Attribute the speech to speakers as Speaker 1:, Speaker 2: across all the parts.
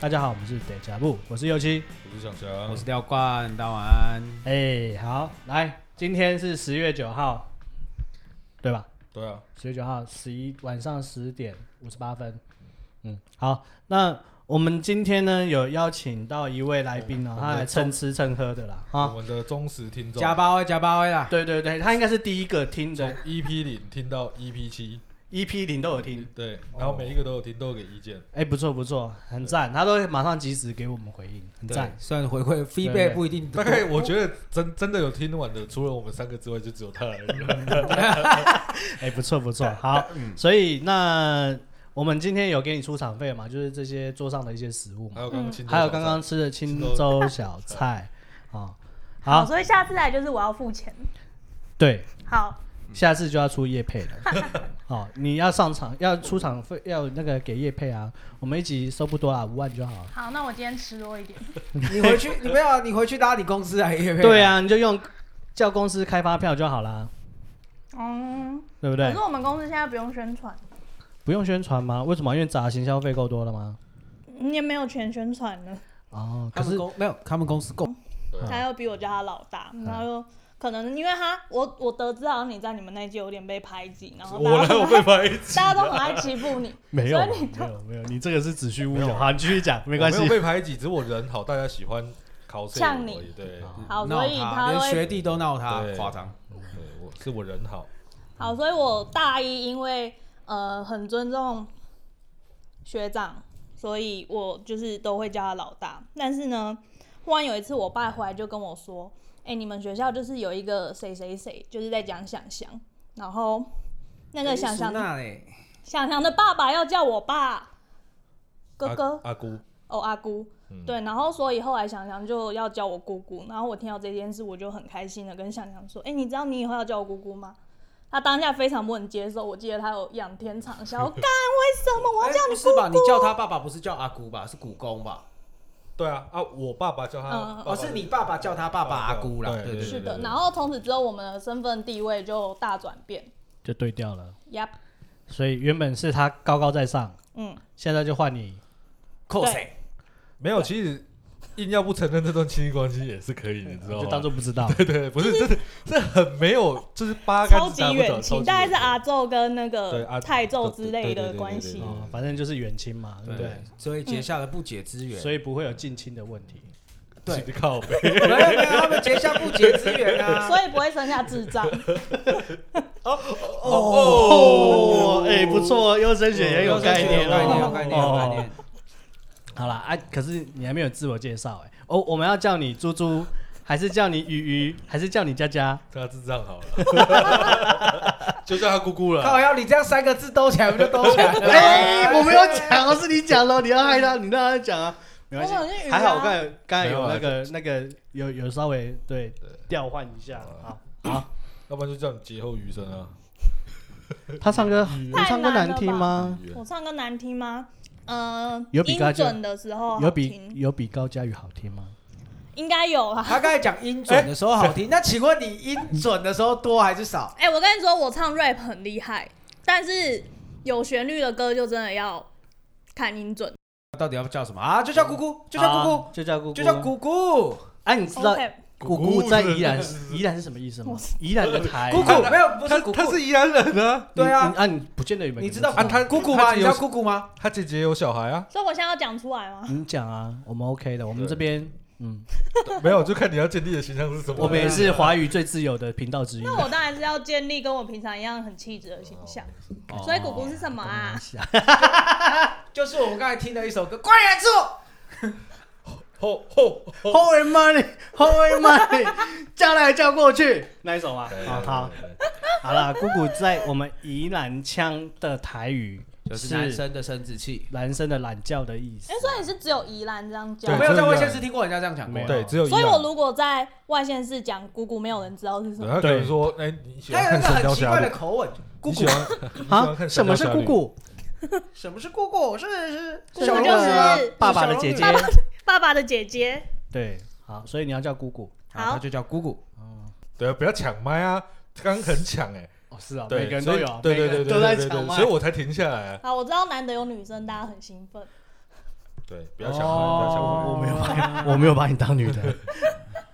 Speaker 1: 大家好，我们是 d e j a vu，我是右七。
Speaker 2: 我是想想，
Speaker 3: 我是廖冠，大晚安。
Speaker 1: 哎、好，来，今天是十月九号，对吧？
Speaker 2: 对啊，
Speaker 1: 十月九号，十一晚上十点五十八分。嗯，好，那我们今天呢有邀请到一位来宾哦，
Speaker 2: 我们
Speaker 1: 他来蹭吃蹭喝的啦，哈。
Speaker 2: 我们的忠实听众，
Speaker 3: 加八位，加八位啦！
Speaker 1: 对对对，他应该是第一个听
Speaker 2: 从
Speaker 1: 的
Speaker 2: EP E 零听到 EP 七，
Speaker 1: ，EP 零都有听。
Speaker 2: 对，然后每一个都有听，都有给意见，
Speaker 1: 哎、不错不错，很赞，他都会马上及时给我们回应，很赞。
Speaker 3: 虽然回
Speaker 1: 对
Speaker 3: 馈 feedback 不一定
Speaker 2: 大
Speaker 3: 多，
Speaker 2: 概我觉得真真的有听完的，除了我们三个之外，就只有他而 已。
Speaker 1: 哎、不错不错，好，
Speaker 2: 嗯
Speaker 1: 所以那我们今天有给你出场费嘛？就是这些桌上的一些食物嘛
Speaker 2: 还，有刚刚青州
Speaker 1: 还有
Speaker 2: 小菜
Speaker 1: 刚刚吃的青
Speaker 2: 青
Speaker 1: 州小 菜啊、
Speaker 4: 好，
Speaker 1: 好，
Speaker 4: 所以下次来就是我要付钱。
Speaker 1: 对，
Speaker 4: 好，
Speaker 2: 嗯
Speaker 1: 下次就要出叶配了。 哦，你要上场，要出场费，要那个给叶配啊。我们一集收不多啊，五万就好。
Speaker 4: 好，那我今天吃多一点。
Speaker 3: 你 回去，你不要，你回去拉你公司来也可以
Speaker 1: 对，啊，你就用叫公司开发票就好啦，
Speaker 4: 嗯，
Speaker 1: 对不
Speaker 4: 可
Speaker 1: 对
Speaker 4: 是？我们公司现在不用宣传，
Speaker 1: 不用宣传吗？为什么？因为砸行销费够多了吗？
Speaker 4: 你也没有钱宣传呢。
Speaker 1: 哦，
Speaker 3: 他
Speaker 1: 可
Speaker 3: 们
Speaker 1: 是
Speaker 3: 公没有，他们公司公
Speaker 2: 嗯
Speaker 4: 他又比我叫他老大，
Speaker 1: 嗯
Speaker 4: 然后又可能因为他，我我得知好像你在你们那届有点被排挤，然后
Speaker 2: 我
Speaker 4: 大
Speaker 2: 来
Speaker 4: 家
Speaker 2: 我被拍一次，
Speaker 4: 大家都很爱欺负你。
Speaker 1: 没有啊
Speaker 4: 所以你
Speaker 1: 没有没有，你这个是子虚乌
Speaker 2: 没
Speaker 1: 有。
Speaker 2: 有
Speaker 1: 好，你继续讲，没关系
Speaker 2: 我。有被排挤，只是我人好，大家喜欢 cos
Speaker 4: 像
Speaker 2: 我而已
Speaker 4: 你
Speaker 2: 对，
Speaker 4: 好，
Speaker 3: 闹
Speaker 4: 哦所以
Speaker 3: 他，
Speaker 4: 他都
Speaker 3: 连
Speaker 4: 会
Speaker 3: 学弟都闹他
Speaker 2: 对，
Speaker 3: 夸张。
Speaker 2: 对我是我人好，
Speaker 4: 好，所以我大一因为呃很尊重学长，所以我就是都会叫他老大。但是呢，忽然有一次我爸回来就跟我说：“哎、你们学校就是有一个谁谁谁，就是在讲想象，然后那个想象、
Speaker 3: 那嘞，
Speaker 4: 想象的爸爸要叫我爸哥哥、
Speaker 2: 阿阿啊姑，
Speaker 4: 哦阿姑。”
Speaker 2: 嗯，
Speaker 4: 对，然后所以后来想想就要叫我姑姑，然后我听到这件事，我就很开心的跟想想说：“哎、你知道你以后要叫我姑姑吗？”他当下非常不能接受，我记得他有仰天长 啸，干为什么我要叫
Speaker 3: 哎
Speaker 4: 你
Speaker 3: 不
Speaker 4: 姑
Speaker 3: 是吧？
Speaker 4: 姑？
Speaker 3: 你叫他爸爸不是叫阿姑吧？是姑公吧？
Speaker 2: 对啊啊，我爸爸叫他
Speaker 4: 嗯嗯嗯
Speaker 2: 爸爸，
Speaker 3: 哦，是你爸爸叫他爸爸阿姑啦。
Speaker 2: 对
Speaker 3: 对对
Speaker 4: 是
Speaker 3: 对，
Speaker 4: 的，
Speaker 2: 对
Speaker 4: 然后从此之后我们的身份地位就大转变。
Speaker 1: 就对调了，
Speaker 4: Yep，
Speaker 1: 所以原本是他高高在上，
Speaker 4: 嗯，
Speaker 1: 现在就换你。
Speaker 3: 扣谁？
Speaker 2: 没有，其实硬要不承认这段亲密关系也是可以，你知道
Speaker 1: 就
Speaker 2: 吗？
Speaker 1: 当做不知道。
Speaker 2: 对对，不是，这是这很没有，就是八竿
Speaker 4: 超
Speaker 2: 子
Speaker 4: 级
Speaker 2: 打不着
Speaker 4: 远
Speaker 2: 超
Speaker 4: 亲，
Speaker 2: 级
Speaker 4: 大概是
Speaker 2: 远
Speaker 4: 阿宙跟那
Speaker 2: 对
Speaker 4: 个
Speaker 2: 阿
Speaker 4: 泰宙
Speaker 2: 对
Speaker 4: 之
Speaker 2: 对
Speaker 4: 类
Speaker 2: 对对
Speaker 4: 的
Speaker 2: 对
Speaker 4: 关
Speaker 2: 对
Speaker 4: 系
Speaker 2: 对。
Speaker 1: 哦，反正就是远亲嘛，对不对？，
Speaker 3: 所以结下了不解之缘。
Speaker 1: 所以不会有近亲的问题。
Speaker 3: 对
Speaker 2: 自己靠背，
Speaker 3: 没有哎没有，他们结下不解之 缘啊。
Speaker 4: 所以不会生下智障，
Speaker 1: 哦，哎，不错，优生学也有概念
Speaker 3: 有
Speaker 1: 哦
Speaker 3: 概念，有概念，有概
Speaker 1: 哦
Speaker 3: 念。
Speaker 1: 好啦，哎，可是你还没有自我介绍哎。哦，我们要叫你猪猪，还是叫你鱼鱼，还是叫你佳佳？
Speaker 2: 他啊智障好了， 就叫他姑姑
Speaker 3: 靠
Speaker 2: 了。
Speaker 3: 腰，你这样三个字兜起来，我们就兜起来了。
Speaker 1: 哎，我没有讲哦，是你讲的哦，你要害他，你让他讲啊。没关系
Speaker 4: 我有是，鱼啊
Speaker 1: 还好我刚才刚才有那个那个有有稍微对
Speaker 2: 对
Speaker 1: 调换一下啊。好，
Speaker 2: 要不然就叫你劫后余生啊！
Speaker 1: 他唱歌，你唱歌难听
Speaker 3: 嗯
Speaker 1: 吗？
Speaker 2: 鱼
Speaker 4: 我唱歌难听吗？嗯、
Speaker 1: 有比
Speaker 4: 音
Speaker 1: 高佳
Speaker 4: 准的时候好
Speaker 1: 有比
Speaker 4: 听，
Speaker 1: 有比高佳宇好听吗？
Speaker 4: 应该有啦。
Speaker 3: 他刚才讲音准的时候好听，那请问你音准的时候多还是少？
Speaker 4: 哎、我跟你说，我唱 rap 很厉害，但是有旋律的歌就真的要看音准。
Speaker 3: 到底要叫什么啊？就叫姑姑，就叫姑
Speaker 1: 啊就叫姑姑，
Speaker 3: 姑，就叫。姑姑。
Speaker 1: 哎，你知道
Speaker 4: OK，
Speaker 1: 姑姑在宜兰是宜兰是什么意思吗？宜哎兰的台啊
Speaker 3: 姑姑没有，不是姑
Speaker 2: 他
Speaker 3: 姑，
Speaker 2: 是宜兰人啊，
Speaker 3: 对啊
Speaker 1: 你，啊，你不见得有没有
Speaker 3: 你知道
Speaker 2: 啊他
Speaker 3: 姑姑吗？
Speaker 2: 他
Speaker 3: 你
Speaker 2: 只
Speaker 3: 知
Speaker 2: 有
Speaker 3: 道姑姑吗？
Speaker 2: 他姐姐有小孩啊，
Speaker 4: 所以我现在要讲出来吗？
Speaker 1: 你讲啊，我们 OK 的，我们
Speaker 2: 对
Speaker 1: 这边嗯，
Speaker 2: 没有，就看你要建立的形象是什么。
Speaker 1: 我们也是华语最自由的频道之一。
Speaker 4: 那我当然是要建立跟我平常一样很气质的形象。
Speaker 1: 哦
Speaker 4: 所以姑姑是什么啊？
Speaker 3: 就是我们刚才听的一首歌，快点住，
Speaker 2: 吼吼，
Speaker 1: Holy money，Holy money，叫 来叫过去，那一首嘛。好好好了，姑姑在我们宜兰腔的台语是
Speaker 3: 的生殖器。
Speaker 1: 男生的懒觉的意思
Speaker 4: 哎、。所以你是只有宜兰这样
Speaker 3: 我
Speaker 4: 叫
Speaker 2: 对
Speaker 3: 没。有在外县市听过人家这样讲过
Speaker 1: 没。有
Speaker 2: 对，只有宜
Speaker 4: 所以我
Speaker 2: 兰。
Speaker 4: 如果在外县市讲姑姑，没有人知道是什
Speaker 2: 然
Speaker 4: 么。
Speaker 2: 后可能说，哎，你喜欢
Speaker 3: 他有
Speaker 2: 看《
Speaker 3: 一个
Speaker 2: 神
Speaker 3: 很
Speaker 2: 雕
Speaker 3: 奇
Speaker 2: 侠
Speaker 3: 怪
Speaker 2: 侣
Speaker 3: 的》？口吻，姑
Speaker 2: 你
Speaker 3: 姑
Speaker 2: 喜，欢你喜欢
Speaker 1: 啊，
Speaker 2: 看《
Speaker 1: 什么是姑？姑？
Speaker 3: 什么是姑姑？是是
Speaker 4: 姑姑
Speaker 3: 小
Speaker 1: 那
Speaker 3: 龙
Speaker 4: 就是
Speaker 3: 女啊
Speaker 1: 个爸爸的姐姐
Speaker 3: 小。龙女
Speaker 4: 爸爸的姐姐，
Speaker 1: 对，好，所以你要叫姑姑。
Speaker 3: 啊他
Speaker 4: 好，
Speaker 3: 就叫姑姑。
Speaker 2: 对啊，不要抢麦啊！刚刚很抢哎，
Speaker 1: 哦，是啊，
Speaker 2: 对，
Speaker 1: 每个人
Speaker 2: 所
Speaker 1: 都
Speaker 2: 以
Speaker 1: 有，
Speaker 2: 对
Speaker 1: 每个
Speaker 2: 对对
Speaker 1: 人
Speaker 2: 对，
Speaker 1: 都在
Speaker 2: 对对
Speaker 1: 抢麦
Speaker 2: 所以。我才停下来啊。
Speaker 4: 好，我知道难得有女生，大家很兴奋。
Speaker 2: 对，不要
Speaker 1: 哦
Speaker 2: 想坏，不要想坏。
Speaker 1: 我没有 把，我没有把你当女的。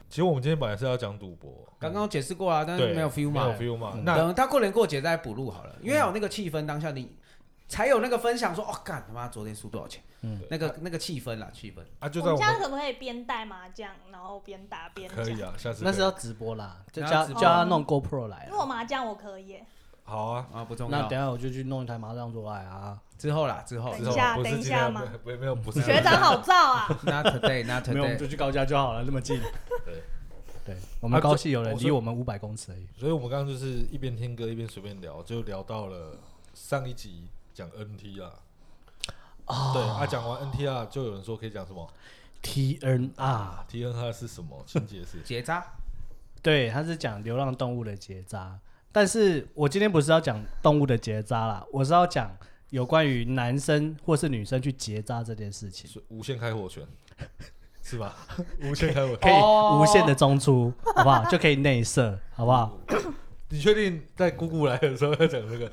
Speaker 2: 其实我们今天本来是要讲赌博，
Speaker 3: 刚刚解释过啊了，但是
Speaker 2: 对
Speaker 3: 没有 feel 嘛，
Speaker 2: 没有 feel 嘛
Speaker 3: 嗯
Speaker 2: 那
Speaker 3: 等到过年过节再补录好了，因为要有那个气氛，当下你才有那个分享说，哦，干他妈昨天输多少钱？
Speaker 1: 嗯
Speaker 3: 那个那个气氛啦，气氛。
Speaker 2: 啊，就在
Speaker 4: 我
Speaker 2: 我
Speaker 4: 们现在
Speaker 2: 们
Speaker 4: 可不可以边带麻将，然后边打边讲？
Speaker 2: 可以啊，下 次
Speaker 1: 那
Speaker 2: 可
Speaker 1: 是
Speaker 2: 以
Speaker 1: 要直播啦，就
Speaker 3: 那要
Speaker 1: 叫
Speaker 3: 直
Speaker 4: 播
Speaker 1: 叫他弄 GoPro 来
Speaker 4: 因
Speaker 1: 啊
Speaker 4: 为我麻将我可以耶。
Speaker 2: 好啊，
Speaker 3: 啊，不重
Speaker 1: 那
Speaker 3: 要
Speaker 1: 等。一下我就去弄一台麻将桌来啊。
Speaker 3: 之后啦，之后
Speaker 4: 等
Speaker 2: 之
Speaker 4: 一
Speaker 2: 后
Speaker 4: 下
Speaker 2: 不是
Speaker 4: 等一
Speaker 2: 今
Speaker 4: 下
Speaker 2: 天
Speaker 4: 嘛
Speaker 2: 没没没有不是
Speaker 4: 学长好燥啊！
Speaker 3: ，Not today，Not
Speaker 1: 没有，我们
Speaker 3: today。
Speaker 1: 就去高家就好了，那么近。
Speaker 2: 对，
Speaker 1: 对，我们
Speaker 2: 啊
Speaker 1: 高
Speaker 2: 这
Speaker 1: 系有人
Speaker 2: 我
Speaker 1: 离
Speaker 2: 说
Speaker 1: 我们五百公尺而已。
Speaker 2: 所以我们刚刚就是一边听歌一边随便聊，就聊到了上一集讲 NT 啊。对啊，讲完 NTR 就有人说可以讲什么
Speaker 1: TNR，
Speaker 2: ？TNR 是什么？情节是
Speaker 3: 结扎，
Speaker 1: 对，他是讲流浪动物的结扎，但是我今天不是要讲动物的结扎啦，我是要讲有关于男生或是女生去结扎这件事情，
Speaker 2: 是无限开火权，是吧？无限开火，
Speaker 1: 可以无限的中出，好不好？就可以内射，好不好？
Speaker 2: 你确定在姑姑来的时候要讲这个？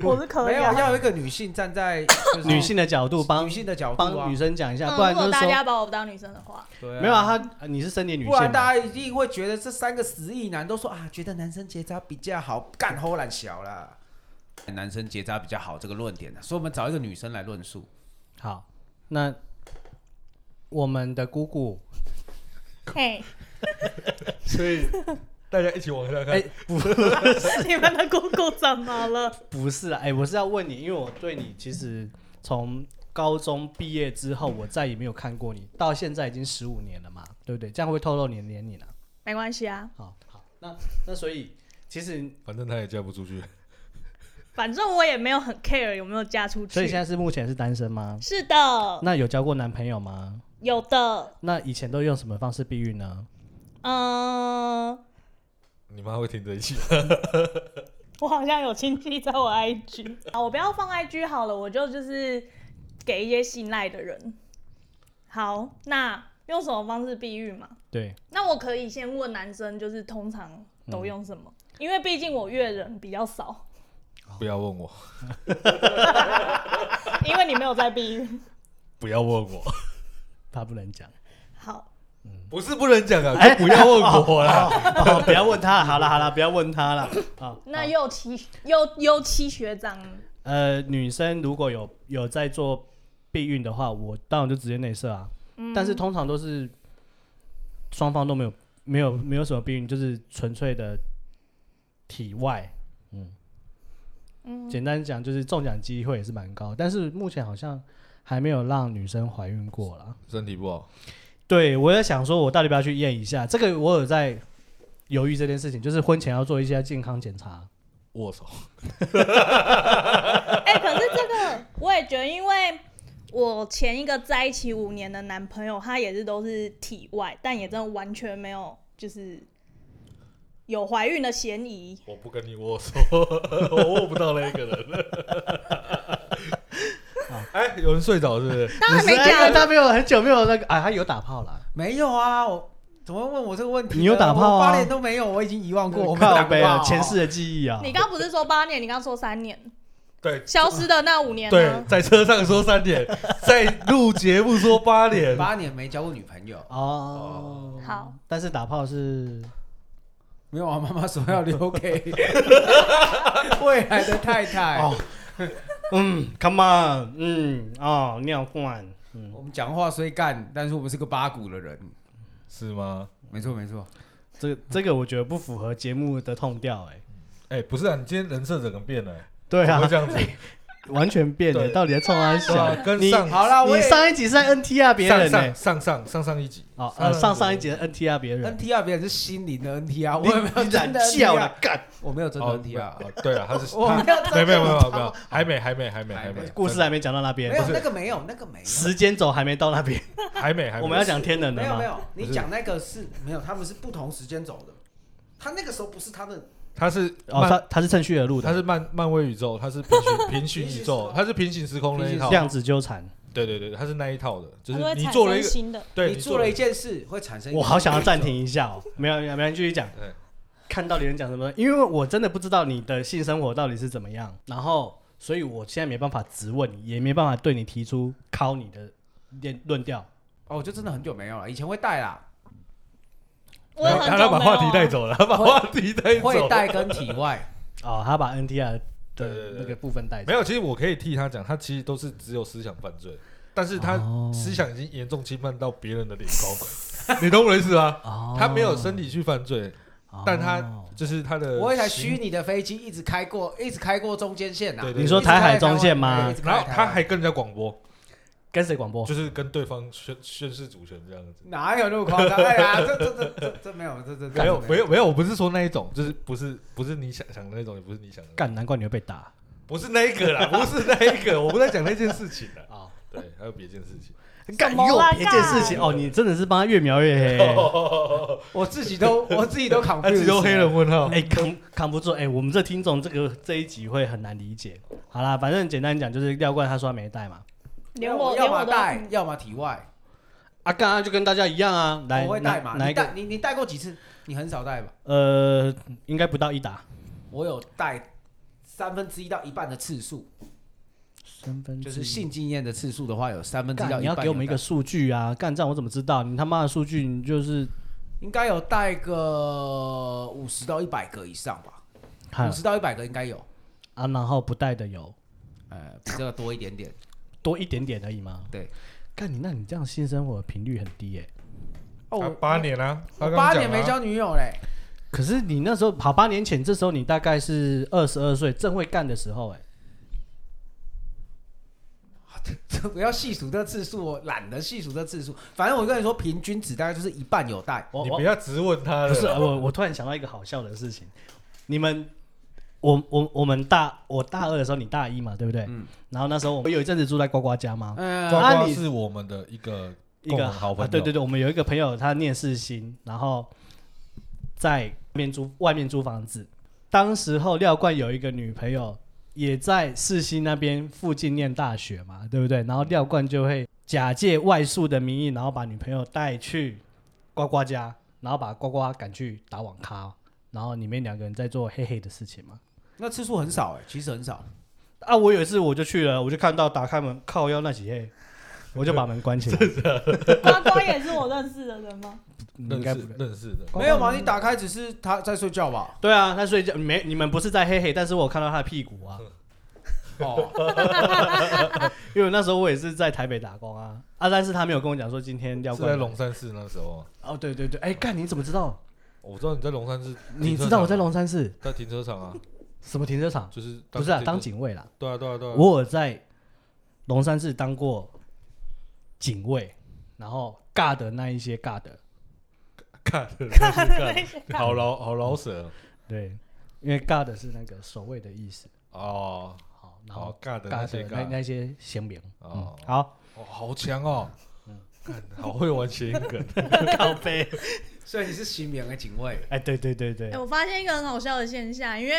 Speaker 4: 我是可
Speaker 3: 没
Speaker 4: 以
Speaker 3: 有
Speaker 4: 啊。
Speaker 3: 要有一个女性站在就是
Speaker 1: 女性的角度帮
Speaker 3: 女性的角度
Speaker 1: 帮
Speaker 3: 啊
Speaker 1: 女，生讲一下，
Speaker 4: 嗯
Speaker 1: 不然
Speaker 4: 如
Speaker 1: 就
Speaker 4: 果
Speaker 1: 是
Speaker 4: 大
Speaker 1: 说
Speaker 4: 家把我当女生的话，
Speaker 3: 对
Speaker 1: 没有啊，他呃你是生理女
Speaker 3: 不然
Speaker 1: 性嘛，
Speaker 3: 大家一定会觉得这三个十亿男都说啊，觉得男生结扎比较好，干齁懒小啦。男生结扎比较好这个论点呢、所以我们找一个女生来论述。
Speaker 1: 好，那我们的姑姑，
Speaker 4: 嘿，
Speaker 2: 所以大家一起往下看
Speaker 1: 哎。，不
Speaker 4: 你们的姑姑怎么了？
Speaker 1: 不是啦，哎、我是要问你，因为我对你其实从高中毕业之后，我再也没有看过你，到现在已经十五年了嘛，对不对？这样会透露你的年龄啊。
Speaker 4: 没关系啊，
Speaker 1: 好，好，那那所以其实，
Speaker 2: 反正他也嫁不出去，
Speaker 4: 反正我也没有很 care 有没有嫁出去。
Speaker 1: 所以现在是目前是单身吗？
Speaker 4: 是的，
Speaker 1: 那有交过男朋友吗？
Speaker 4: 有的，
Speaker 1: 那以前都用什么方式避孕呢？
Speaker 4: 嗯、
Speaker 2: 你妈会听这一期。
Speaker 4: 我好像有亲戚在我 IG 啊，我不要放 IG 好了，我就就是给一些信赖的人。好，那用什么方式避孕嘛？
Speaker 1: 对，
Speaker 4: 那我可以先问男生，就是通常
Speaker 1: 嗯
Speaker 4: 都用什么？因为毕竟我阅人比较少，
Speaker 2: 不要问我，
Speaker 4: 因为你没有在避孕。
Speaker 2: 不要问我，
Speaker 1: 他不能讲，
Speaker 4: 好，
Speaker 2: 不是不能讲啊，
Speaker 1: 哎
Speaker 2: 就不要问我啦。
Speaker 1: 哦，不要问他了，好了好了，不要问他了啊。
Speaker 4: 那
Speaker 1: 好
Speaker 4: 右七右右七学长呢，
Speaker 1: 呃，女生如果有有在做避孕的话，我当然就直接内射啊。
Speaker 4: 嗯
Speaker 1: 但是通常都是双方都没有没有没有什么避孕，就是纯粹的体外。嗯，
Speaker 4: 嗯
Speaker 1: 简单讲就是中奖机会也是蛮高，但是目前好像还没有让女生怀孕过啦。
Speaker 2: 身体不好，
Speaker 1: 对，我在想说，我到底要不要去验一下？这个我有在犹豫这件事情，就是婚前要做一些健康检查。
Speaker 2: 握手。
Speaker 4: 哎、可是这个我也觉得，因为我前一个在一起五年的男朋友，他也是都是体外，但也真的完全没有就是有怀孕的嫌疑。
Speaker 2: 我不跟你握手，我握不到那个人。 哎，有人睡着是不是？
Speaker 4: 当然
Speaker 1: 哎
Speaker 4: 没
Speaker 1: 因为
Speaker 4: 讲，啊
Speaker 1: 他没有很久没有那个啊，他有打炮啦。
Speaker 3: 没有啊，我怎么会问我这个问题呢？
Speaker 1: 你有打炮啊
Speaker 3: 我八年都没有，我已经遗忘过。我没有
Speaker 1: 靠
Speaker 3: 打
Speaker 1: 背啊，
Speaker 3: 炮
Speaker 1: 前世的记忆啊。
Speaker 4: 你刚不是说八年，你刚说三年，
Speaker 2: 对
Speaker 4: 消失的那五年啊
Speaker 2: 对
Speaker 4: 呢，？
Speaker 2: 在车上说三点，在录节目说八点。
Speaker 3: 八年没交过女朋友，
Speaker 1: 哦，
Speaker 4: 好，
Speaker 2: 嗯
Speaker 1: 但是打炮是
Speaker 3: 没有啊，妈妈说要 留给未来的太太。
Speaker 1: 哦嗯，come on，嗯，哦，尿罐，嗯，
Speaker 3: 我们讲话虽干，但是我们是个八股的人。
Speaker 2: 是吗？
Speaker 3: 没错没错，
Speaker 1: 这这个我觉得不符合节目的痛调，哎，
Speaker 2: 哎，不是啊，你今天人设整个变了，欸
Speaker 1: 对
Speaker 2: 怎
Speaker 1: 啊
Speaker 2: 么会，这样子，
Speaker 1: 完全变了，
Speaker 2: 对
Speaker 1: 到底在冲安
Speaker 2: 对吧
Speaker 1: 想？？
Speaker 2: 跟
Speaker 1: 哎你
Speaker 2: 上
Speaker 3: 好
Speaker 4: 啊
Speaker 3: 啦，我
Speaker 1: 你
Speaker 3: 也
Speaker 1: 上一集是在 NTR 别
Speaker 2: 上
Speaker 1: 人
Speaker 2: 上
Speaker 1: 呢？
Speaker 2: 上上上上一集，
Speaker 1: 哦，呃，上上一集的 NTR 别人，
Speaker 3: NTR 别人是心灵的 NTR，
Speaker 1: 你
Speaker 3: 我也没有
Speaker 1: 你
Speaker 3: 真
Speaker 1: 染
Speaker 3: 的
Speaker 1: 笑
Speaker 3: NTR，
Speaker 1: 了，干，
Speaker 3: 我没有真的
Speaker 2: 哦
Speaker 3: NTR，
Speaker 2: 哦对啊，他是
Speaker 3: 我没有真
Speaker 2: 没有
Speaker 3: 的
Speaker 2: 没有没有没有，还没还没还没还
Speaker 3: 还没
Speaker 2: 没，
Speaker 1: 故事还没讲到那
Speaker 3: 没有
Speaker 1: 边，
Speaker 3: 那个没有那个没有。
Speaker 1: 时间轴还没到那边，
Speaker 2: 还没还没，
Speaker 1: 我们要讲天能
Speaker 3: 没
Speaker 1: 的
Speaker 3: 有没
Speaker 1: 吗？
Speaker 3: 有，你讲那个是没有，他们是不同时间走的。他那个时候不是他的，
Speaker 2: 他是
Speaker 1: 哦，
Speaker 2: 漫
Speaker 1: 他他是趁虚而入
Speaker 2: 它
Speaker 1: 的，
Speaker 2: 是漫漫威宇宙，它是平行平行宇
Speaker 3: 平行时
Speaker 2: 宙
Speaker 3: 空，
Speaker 2: 它是平行时空那一套。
Speaker 1: 量子纠缠，
Speaker 2: 对对对，它是那一套的，就
Speaker 4: 它
Speaker 2: 是
Speaker 4: 都会
Speaker 2: 你
Speaker 4: 产
Speaker 2: 做了
Speaker 4: 生
Speaker 2: 一个，
Speaker 4: 新的。
Speaker 2: 对
Speaker 3: 你做了一，件事会产生。
Speaker 1: 我好想要暂停。一下 哦，没有没有，没有，你继续讲。
Speaker 2: 对
Speaker 1: 看到底能讲什么，因为我真的不知道你的性生活到底是怎么样。然后所以我现在没办法质问你，也没办法对你提出考你的论论调。
Speaker 3: 哦，就真的很久没有了，以前会带啦，
Speaker 4: 我也很
Speaker 2: 他
Speaker 4: 久没
Speaker 2: 他
Speaker 4: 有啊
Speaker 2: 把话题带走了，他 把
Speaker 3: 会
Speaker 2: 话题带走
Speaker 3: 会
Speaker 2: 了。
Speaker 3: 带跟体 外，
Speaker 1: 哦，他把 NTR
Speaker 2: 对对
Speaker 1: 的
Speaker 2: 对
Speaker 1: 那个部分带走
Speaker 2: 没。有，其实我可以替他讲，他其实都是只有思想犯罪，但是他
Speaker 1: 哦
Speaker 2: 思想已经严重侵犯到别人的领空，你懂我的意思吗？
Speaker 1: 哦
Speaker 2: 他没有身体去犯罪，
Speaker 1: 哦
Speaker 2: 但他就是他的，
Speaker 3: 我一台虚。拟的飞机一直开过，一直开过中间线呐、啊
Speaker 2: 对对对
Speaker 1: 你说台海中线吗
Speaker 3: 一直开
Speaker 2: 然后他
Speaker 3: 一直开台湾
Speaker 2: 还跟人家广播，
Speaker 1: 跟谁广播？
Speaker 2: 就是跟对方宣宣誓主权这样子。
Speaker 3: 哪有那么夸张？哎呀，这这这这这没有，这这这
Speaker 2: 没有没有没有，我不是说那一种，就是不是不是你想想的那种，也不是你想的那种，
Speaker 1: 干，难怪你会被打。
Speaker 2: 不是那一个啦，不是那一个，我不在讲那件事情啦。
Speaker 1: 哦，
Speaker 2: 对，还有别件事情。
Speaker 1: 干
Speaker 4: 什么啦
Speaker 1: 又别件事情
Speaker 2: 干
Speaker 1: 哦，你真的是帮他越描越 黑。
Speaker 3: 我自己都我自己都扛不
Speaker 2: 他只有黑人问号。
Speaker 1: 哎，扛扛不住哎，我们这听众这个这一集会很难理解。好啦，反正简单讲就是廖冠他说他没带嘛，
Speaker 4: 连我
Speaker 3: 要
Speaker 4: 连
Speaker 3: 么
Speaker 4: 我都嗯
Speaker 3: 带，要么体外，
Speaker 1: 啊，刚刚就跟大家一样啊，来
Speaker 3: 我会带嘛？
Speaker 1: 哪
Speaker 3: 你
Speaker 1: 一个？
Speaker 3: 带你你带过几次？你很少带吧？
Speaker 1: 呃，应该不到一打。
Speaker 3: 我有带三分之一到一半的次数，
Speaker 1: 三分
Speaker 3: 就是性经验的次数的话，有三分之一到
Speaker 1: 嗯干，
Speaker 3: 一半
Speaker 1: 你要给我们一个
Speaker 3: 有带，
Speaker 1: 数据啊！干这样我怎么知道？你他妈的数据，你就是
Speaker 3: 应该有带个五十到一百个以上吧？
Speaker 1: 看
Speaker 3: 五十到一百个应该有，
Speaker 1: 啊，然后不带的有
Speaker 3: 呃，比这个多一点点。
Speaker 1: 多一点点而已吗？
Speaker 3: 对，
Speaker 1: 干你，那你这样性生活的频率很低哎耶、
Speaker 3: 哦，
Speaker 2: 他
Speaker 3: 我
Speaker 2: 八年啊，他
Speaker 3: 我
Speaker 2: 刚
Speaker 3: 八
Speaker 2: 讲
Speaker 3: 年没
Speaker 2: 啊，
Speaker 3: 交女友嘞，
Speaker 1: 可是你那时候好八年前，这时候你大概是二十二岁，正会干的时候、哎，
Speaker 3: 不要细数这次数，我懒得细数这次数。反正我跟你说，平均值大概就是一半有带。
Speaker 1: 我
Speaker 2: 你
Speaker 1: 我
Speaker 2: 不要直问他了。
Speaker 1: 不是呃我，我突然想到一个好笑的事情，你们。我我我们大我大二的时候，你大一嘛，对不对？
Speaker 3: 嗯
Speaker 1: 然后那时候我我有一阵子住在呱呱家嘛，
Speaker 3: 嗯、
Speaker 2: 呱
Speaker 1: 啊
Speaker 2: 呱
Speaker 1: 你
Speaker 2: 是我们的一个
Speaker 1: 一
Speaker 2: 共
Speaker 1: 个
Speaker 2: 同好朋
Speaker 1: 啊
Speaker 2: 友，
Speaker 1: 对对对，我们有一个朋友，他念世新，然后在外面租外面租房子。当时候廖冠有一个女朋友，也在世新那边附近念大学嘛，对不对？然后廖冠就会假借外宿的名义，然后把女朋友带去呱呱家，然后把呱呱赶去打网咖，然后你们两个人在做嘿嘿的事情嘛。
Speaker 3: 那次数很少哎、其实很少。
Speaker 1: 啊，我有一次我就去了，我就看到打开门靠腰那几嘿，我就把门关起 来。
Speaker 4: 呱呱也是我认识的 人吗？
Speaker 1: 你应
Speaker 2: 认
Speaker 1: 该
Speaker 2: 识
Speaker 1: 不认
Speaker 2: 认识的。
Speaker 1: 呱呱
Speaker 3: 没有嘛？你打开只是他在睡觉 吧？
Speaker 1: 对啊，他睡觉没你们不是在嘿嘿，但是我有看到他的屁股啊，
Speaker 3: 哦，
Speaker 1: 因为那时候我也是在台北打工啊啊，但是他没有跟我讲说今天要
Speaker 2: 是在
Speaker 1: 关门
Speaker 2: 龙山寺那时候啊，
Speaker 1: 哦，对对对，哎、干你怎么知道？
Speaker 2: 我知道你在龙山寺，
Speaker 1: 你知道我在龙山市
Speaker 2: 啊在停车场啊，
Speaker 1: 什么停车场？
Speaker 2: 就是
Speaker 1: 不是啊，当嗯
Speaker 2: 警
Speaker 1: 警卫啦，
Speaker 2: 对啊对啊对啊，
Speaker 1: 我有在龙山市当过警卫，然后尬的那一些尬的，
Speaker 2: 看真是 看好老好老舍
Speaker 1: 对，因为尬的是那个守卫的意思，
Speaker 2: 哦，
Speaker 1: 好，然
Speaker 2: 好
Speaker 1: 后
Speaker 2: 尬的那
Speaker 1: 尬
Speaker 2: 些
Speaker 1: 的那
Speaker 2: 尬，
Speaker 1: 那些闲名，嗯
Speaker 2: 哦，
Speaker 1: 好，
Speaker 2: 哦好强哦，看好会玩谐音梗，
Speaker 1: 靠背，
Speaker 3: 所以你是新棉的警卫。
Speaker 1: 哎，对对对对
Speaker 4: 哎、，我发现一个很好笑的现象，因为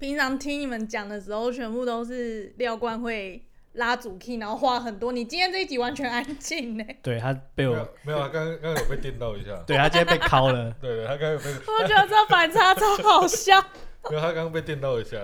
Speaker 4: 平常听你们讲的时候，全部都是廖冠会拉主 key，然后话很多。你今天这一集完全安静欸呢、
Speaker 1: 对他被
Speaker 2: 没
Speaker 1: 我
Speaker 2: 有没有啊，刚刚刚刚有被电到一下，
Speaker 1: 对他今天被敲了。
Speaker 2: 对对，他刚刚有被
Speaker 4: 我觉得这反差超好笑。
Speaker 2: 没有他刚刚被电到一下，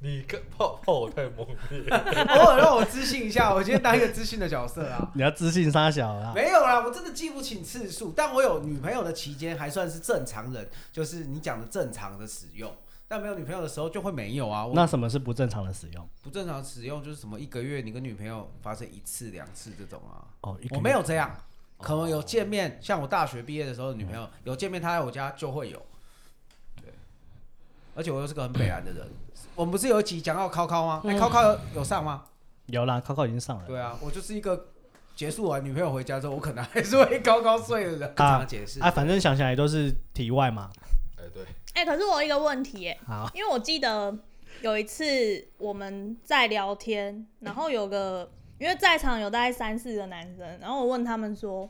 Speaker 2: 你跟泡泡我太猛烈了。
Speaker 3: 偶尔让我知性一下，我今天当一个知性的角色啊。
Speaker 1: 你要自信杀小啦。
Speaker 3: 没有啦，我真的记不清次数，但我有女朋友的期间还算是正常人，就是你讲的正常的使用。但没有女朋友的时候就会没有啊。我
Speaker 1: 那什么是不正常的使用？
Speaker 3: 不正常使用就是什么一个月你跟女朋友发生一次两次这种啊。
Speaker 1: 哦，一个哦
Speaker 3: 我没有这样，可能有见面，像我大学毕业的时候，女朋友有见面，她来我家就会有。对，而且我又是个很北然的人。我们不是有一集讲到考考吗？哎、考考有有上吗？
Speaker 1: 有啦，考考已经上了。
Speaker 3: 对啊，我就是一个结束完女朋友回家之后，我可能还是会高高睡的人。跟常解释
Speaker 1: 啊，反正想起来都是体外嘛。
Speaker 2: 哎，对，
Speaker 4: 哎、可是我有一个问题、耶，
Speaker 1: 好，
Speaker 4: 因为我记得有一次我们在聊天，然后有个因为在场有大概三四个男生，然后我问他们说，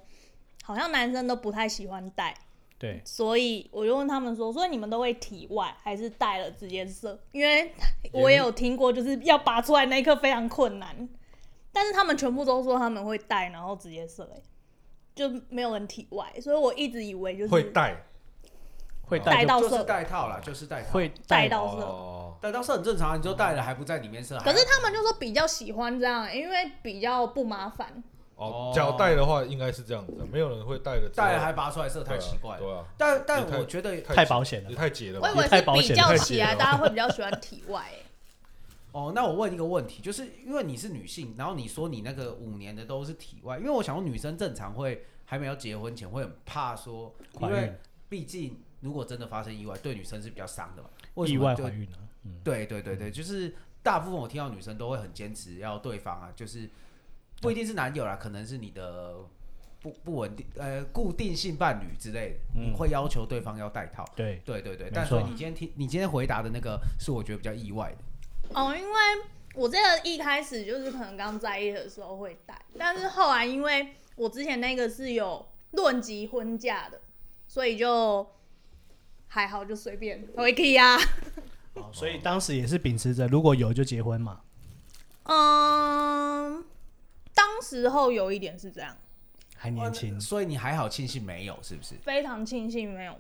Speaker 4: 好像男生都不太喜欢戴。
Speaker 1: 对，
Speaker 4: 所以我就问他们说，所以你们都会体外还是带了直接射？因为我也有听过，就是要拔出来那一刻非常困难，但是他们全部都说他们会带，然后直接射、欸，就没有人体外，所以我一直以为就是
Speaker 2: 会带
Speaker 1: 会
Speaker 4: 带
Speaker 1: 带就
Speaker 4: 到
Speaker 3: 就是
Speaker 4: 射，
Speaker 3: 带套啦，就是带套。
Speaker 1: 会
Speaker 4: 带
Speaker 1: 到
Speaker 4: 到射，
Speaker 2: 哦，
Speaker 3: 但当时很正常啊，你就带了还不在里面射，
Speaker 4: 可是他们就说比较喜欢这样，因为比较不麻烦。
Speaker 2: 哦
Speaker 3: 哦，
Speaker 2: 脚带的话应该是这样子，啊没有人会带的
Speaker 3: 带了还拔出来射，
Speaker 2: 对
Speaker 3: 太
Speaker 2: 啊
Speaker 3: 奇怪了。
Speaker 2: 对啊，
Speaker 3: 但但
Speaker 2: 也太
Speaker 3: 我觉得
Speaker 1: 太保险了
Speaker 2: 也太解了
Speaker 4: 我
Speaker 2: 吧
Speaker 4: 以
Speaker 1: 也。太保
Speaker 4: 为是
Speaker 1: 险
Speaker 4: 比
Speaker 1: 了
Speaker 4: 较
Speaker 2: 太
Speaker 4: 起
Speaker 2: 解
Speaker 4: 来，
Speaker 2: 了
Speaker 4: 大家会比较喜欢体外、欸。
Speaker 3: 哦，那我问一个问题，就是因为你是女性，然后你说你那个五年的都是体外，因为我想说女生正常会还没有结婚前会很怕说，因
Speaker 1: 怀
Speaker 3: 为
Speaker 1: 孕
Speaker 3: 毕竟如果真的发生意外，对女生是比较伤的嘛。为什
Speaker 1: 意
Speaker 3: 么
Speaker 1: 外
Speaker 3: 对
Speaker 1: 怀孕啊，嗯，
Speaker 3: 对对对对，就是大部分我听到女生都会很坚持要对方啊，就是不一定是男友啦，
Speaker 1: 嗯
Speaker 3: 可能是你的不不稳定呃固定性伴侣之类的，你
Speaker 1: 嗯
Speaker 3: 会要求对方要戴套。
Speaker 1: 对，
Speaker 3: 对对对
Speaker 1: 没，
Speaker 3: 但是
Speaker 1: 错
Speaker 3: 你今天听你今天回答的那个是我觉得比较意外的。
Speaker 4: 哦，因为我这个一开始就是可能刚在意的时候会戴，但是后来因为我之前那个是有论及婚嫁的，所以就还好，就随便我也可以啊。
Speaker 1: 好所以当时也是秉持着如果有就结婚嘛，
Speaker 4: 嗯，当时候有一点是这样，
Speaker 1: 还年轻
Speaker 3: 哦哇那，所以你还好庆幸没有，是不是？
Speaker 4: 非常庆幸没有，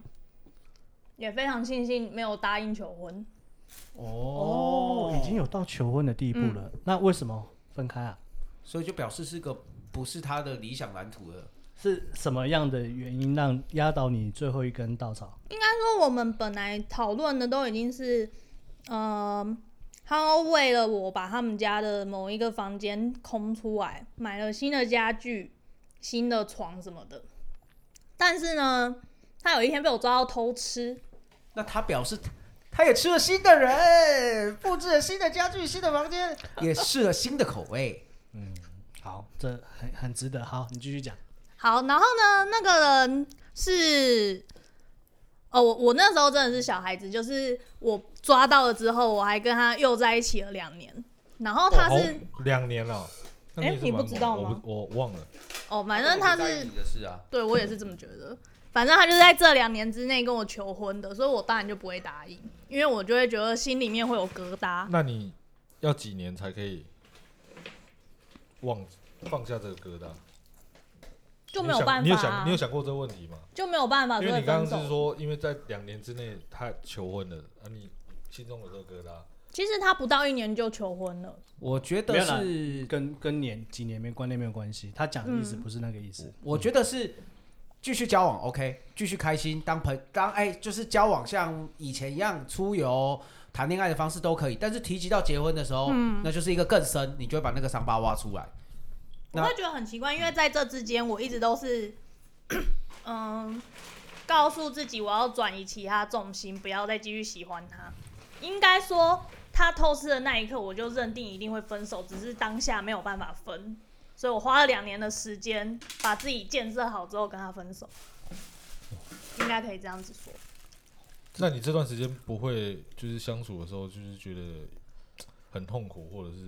Speaker 4: 也非常庆幸没有答应求婚。
Speaker 1: 哦，已经有到求婚的地步了，
Speaker 4: 嗯
Speaker 1: 那为什么分开啊？
Speaker 3: 所以就表示是个不是他的理想蓝图了。
Speaker 1: 是什么样的原因让压倒你最后一根稻草？
Speaker 4: 应该说，我们本来讨论的都已经是，呃，他为了我把他们家的某一个房间空出来，买了新的家具、新的床什么的。但是呢，他有一天被我抓到偷吃，
Speaker 3: 那他表示他他也吃了新的人，布置了新的家具、新的房间，也试了新的口味。
Speaker 1: 好，这很很值得。好，你继续讲。
Speaker 4: 好，然后呢，那个人是，哦，我我那时候真的是小孩子，就是我抓到了之后，我还跟他又在一起了两年。然后他是
Speaker 2: 哦好两年了，那
Speaker 4: 哎
Speaker 2: 也是
Speaker 4: 你不
Speaker 2: 蛮
Speaker 4: 知
Speaker 2: 猛
Speaker 4: 道
Speaker 2: 我
Speaker 4: 吗
Speaker 2: 不我忘了，
Speaker 4: 哦，反正他
Speaker 3: 我不在
Speaker 4: 是
Speaker 3: 意你的事啊。
Speaker 4: 对我也是这么觉得。反正他就是在这两年之内跟我求婚的，所以我当然就不会答应，因为我就会觉得心里面会有疙瘩。
Speaker 2: 那你要几年才可以忘放下这个疙瘩？
Speaker 4: 就没有办
Speaker 2: 你有
Speaker 4: 法、
Speaker 2: 想
Speaker 4: 啊
Speaker 2: 你有，想过这个问题吗？
Speaker 4: 就没有办法
Speaker 2: 因
Speaker 4: 就
Speaker 2: 为
Speaker 4: 会
Speaker 2: 你刚
Speaker 4: 分
Speaker 2: 刚是
Speaker 4: 手。
Speaker 2: 说，因为在两年之内他求婚了，啊，你心中有这个疙瘩，
Speaker 4: 其实他不到一年就求婚了，
Speaker 3: 我觉
Speaker 1: 没
Speaker 3: 得
Speaker 1: 有啦
Speaker 3: 是，
Speaker 1: 跟跟年几年没关那没有关系，他讲的意思
Speaker 4: 嗯
Speaker 1: 不是那个意思。
Speaker 3: 我觉得是继续交往，OK，继续开心，当朋当哎、就是交往像以前一样出游、谈恋爱的方式都可以。但是提及到结婚的时候，那就是一个更深，你就会把那个伤疤挖出来。
Speaker 4: 我
Speaker 3: 那
Speaker 4: 会觉得很奇怪，因为在这之间我一直都是， 嗯，告诉自己我要转移其他重心，不要再继续喜欢他。应该说，他偷吃的那一刻，我就认定一定会分手，只是当下没有办法分，所以我花了两年的时间把自己建设好之后跟他分手，应该可以这样子说。
Speaker 2: 那你这段时间不会就是相处的时候，就是觉得嘖很痛苦，或者是，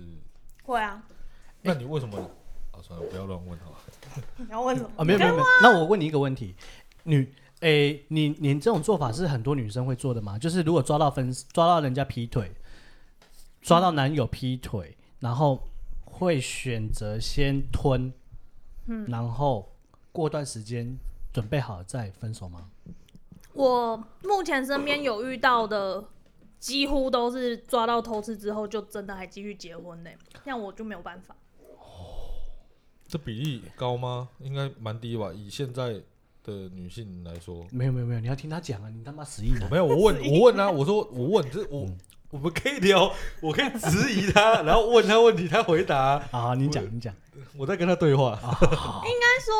Speaker 4: 会啊，
Speaker 2: 那你为什么？啊，算了，不要乱问好了。
Speaker 4: 你要问什么？
Speaker 1: 啊，没有没有没有。那我问你一个问题，女，诶、你你这种做法是很多女生会做的吗？就是如果抓到分抓到人家劈腿，抓到男友劈腿，然后会选择先吞，嗯，然后过段时间准备好再分手吗？
Speaker 4: 我目前身边有遇到的，几乎都是抓到偷吃之后就真的还继续结婚呢、那我就没有办法。
Speaker 2: 这比例高吗？应该蛮低吧。以现在的女性来说，
Speaker 1: 没有没有没有，你要听他讲啊，你他妈死意男。
Speaker 2: 没有我问，我问啊，我说我问，这我、我们可以聊，我可以质疑他，然后问他问题，他回答，
Speaker 1: 啊，你讲你讲，
Speaker 2: 我在跟他对话。
Speaker 4: 应该说，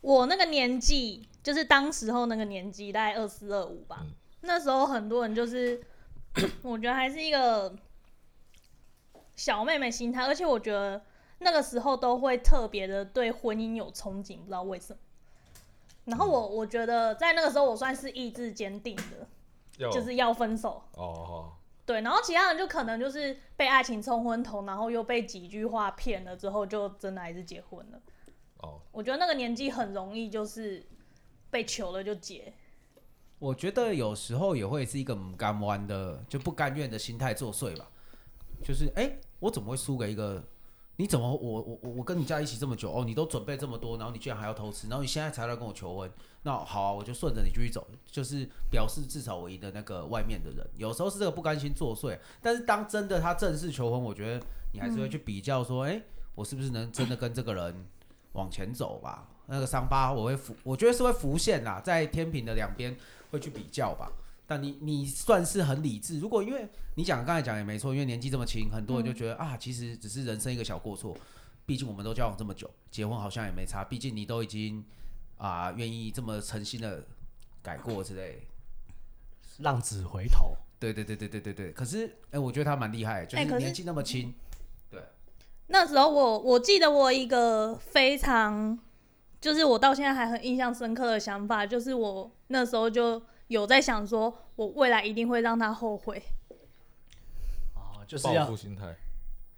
Speaker 4: 我那个年纪，就是当时候那个年纪，大概二四二五吧。
Speaker 2: 嗯
Speaker 4: 那时候很多人就是， 我觉得还是一个小妹妹心态，而且我觉得那个时候都会特别的对婚姻有憧憬，不知道为什么。然后我我觉得在那个时候，我算是意志坚定的，
Speaker 2: 要
Speaker 4: 就是要分手。
Speaker 2: 哦好，
Speaker 4: 对，然后其他人就可能就是被爱情冲昏头，然后又被几句话骗了，之后就真的还是结婚了。
Speaker 2: 哦，
Speaker 4: 我觉得那个年纪很容易就是被求了就结，
Speaker 3: 我觉得有时候也会是一个不甘弯的，就不甘愿的心态作祟吧。就是哎、诶我怎么会输给一个你怎么我我我我跟你在一起这么久哦，你都准备这么多，然后你居然还要偷吃，然后你现在才来跟我求婚，那好啊，我就顺着你继续走，就是表示至少我赢的那个外面的人，有时候是这个不甘心作祟，但是当真的他正式求婚，我觉得你还是会去比较说，哎、我是不是能真的跟这个人往前走吧？那个伤疤我会浮，我觉得是会浮现啦，在天平的两边会去比较吧。但你你算是很理智，如果因为你讲刚才讲也没错，因为年纪这么轻，很
Speaker 4: 嗯
Speaker 3: 多人就觉得、啊，其实只是人生一个小过错。毕竟我们都交往这么久，结婚好像也没差。毕竟你都已经啊愿、意这么诚心的改过之类的。
Speaker 1: 浪子回头，
Speaker 3: 对对对对对对对。可是哎、我觉得他蛮厉害，就是
Speaker 4: 哎可是
Speaker 3: 年纪那么轻，
Speaker 4: 那时候我我记得我有一个非常，就是我到现在还很印象深刻的想法，就是我那时候就有在想说，我未来一定会让他后悔。
Speaker 1: 哦，就是
Speaker 2: 报
Speaker 1: 要
Speaker 2: 复心态，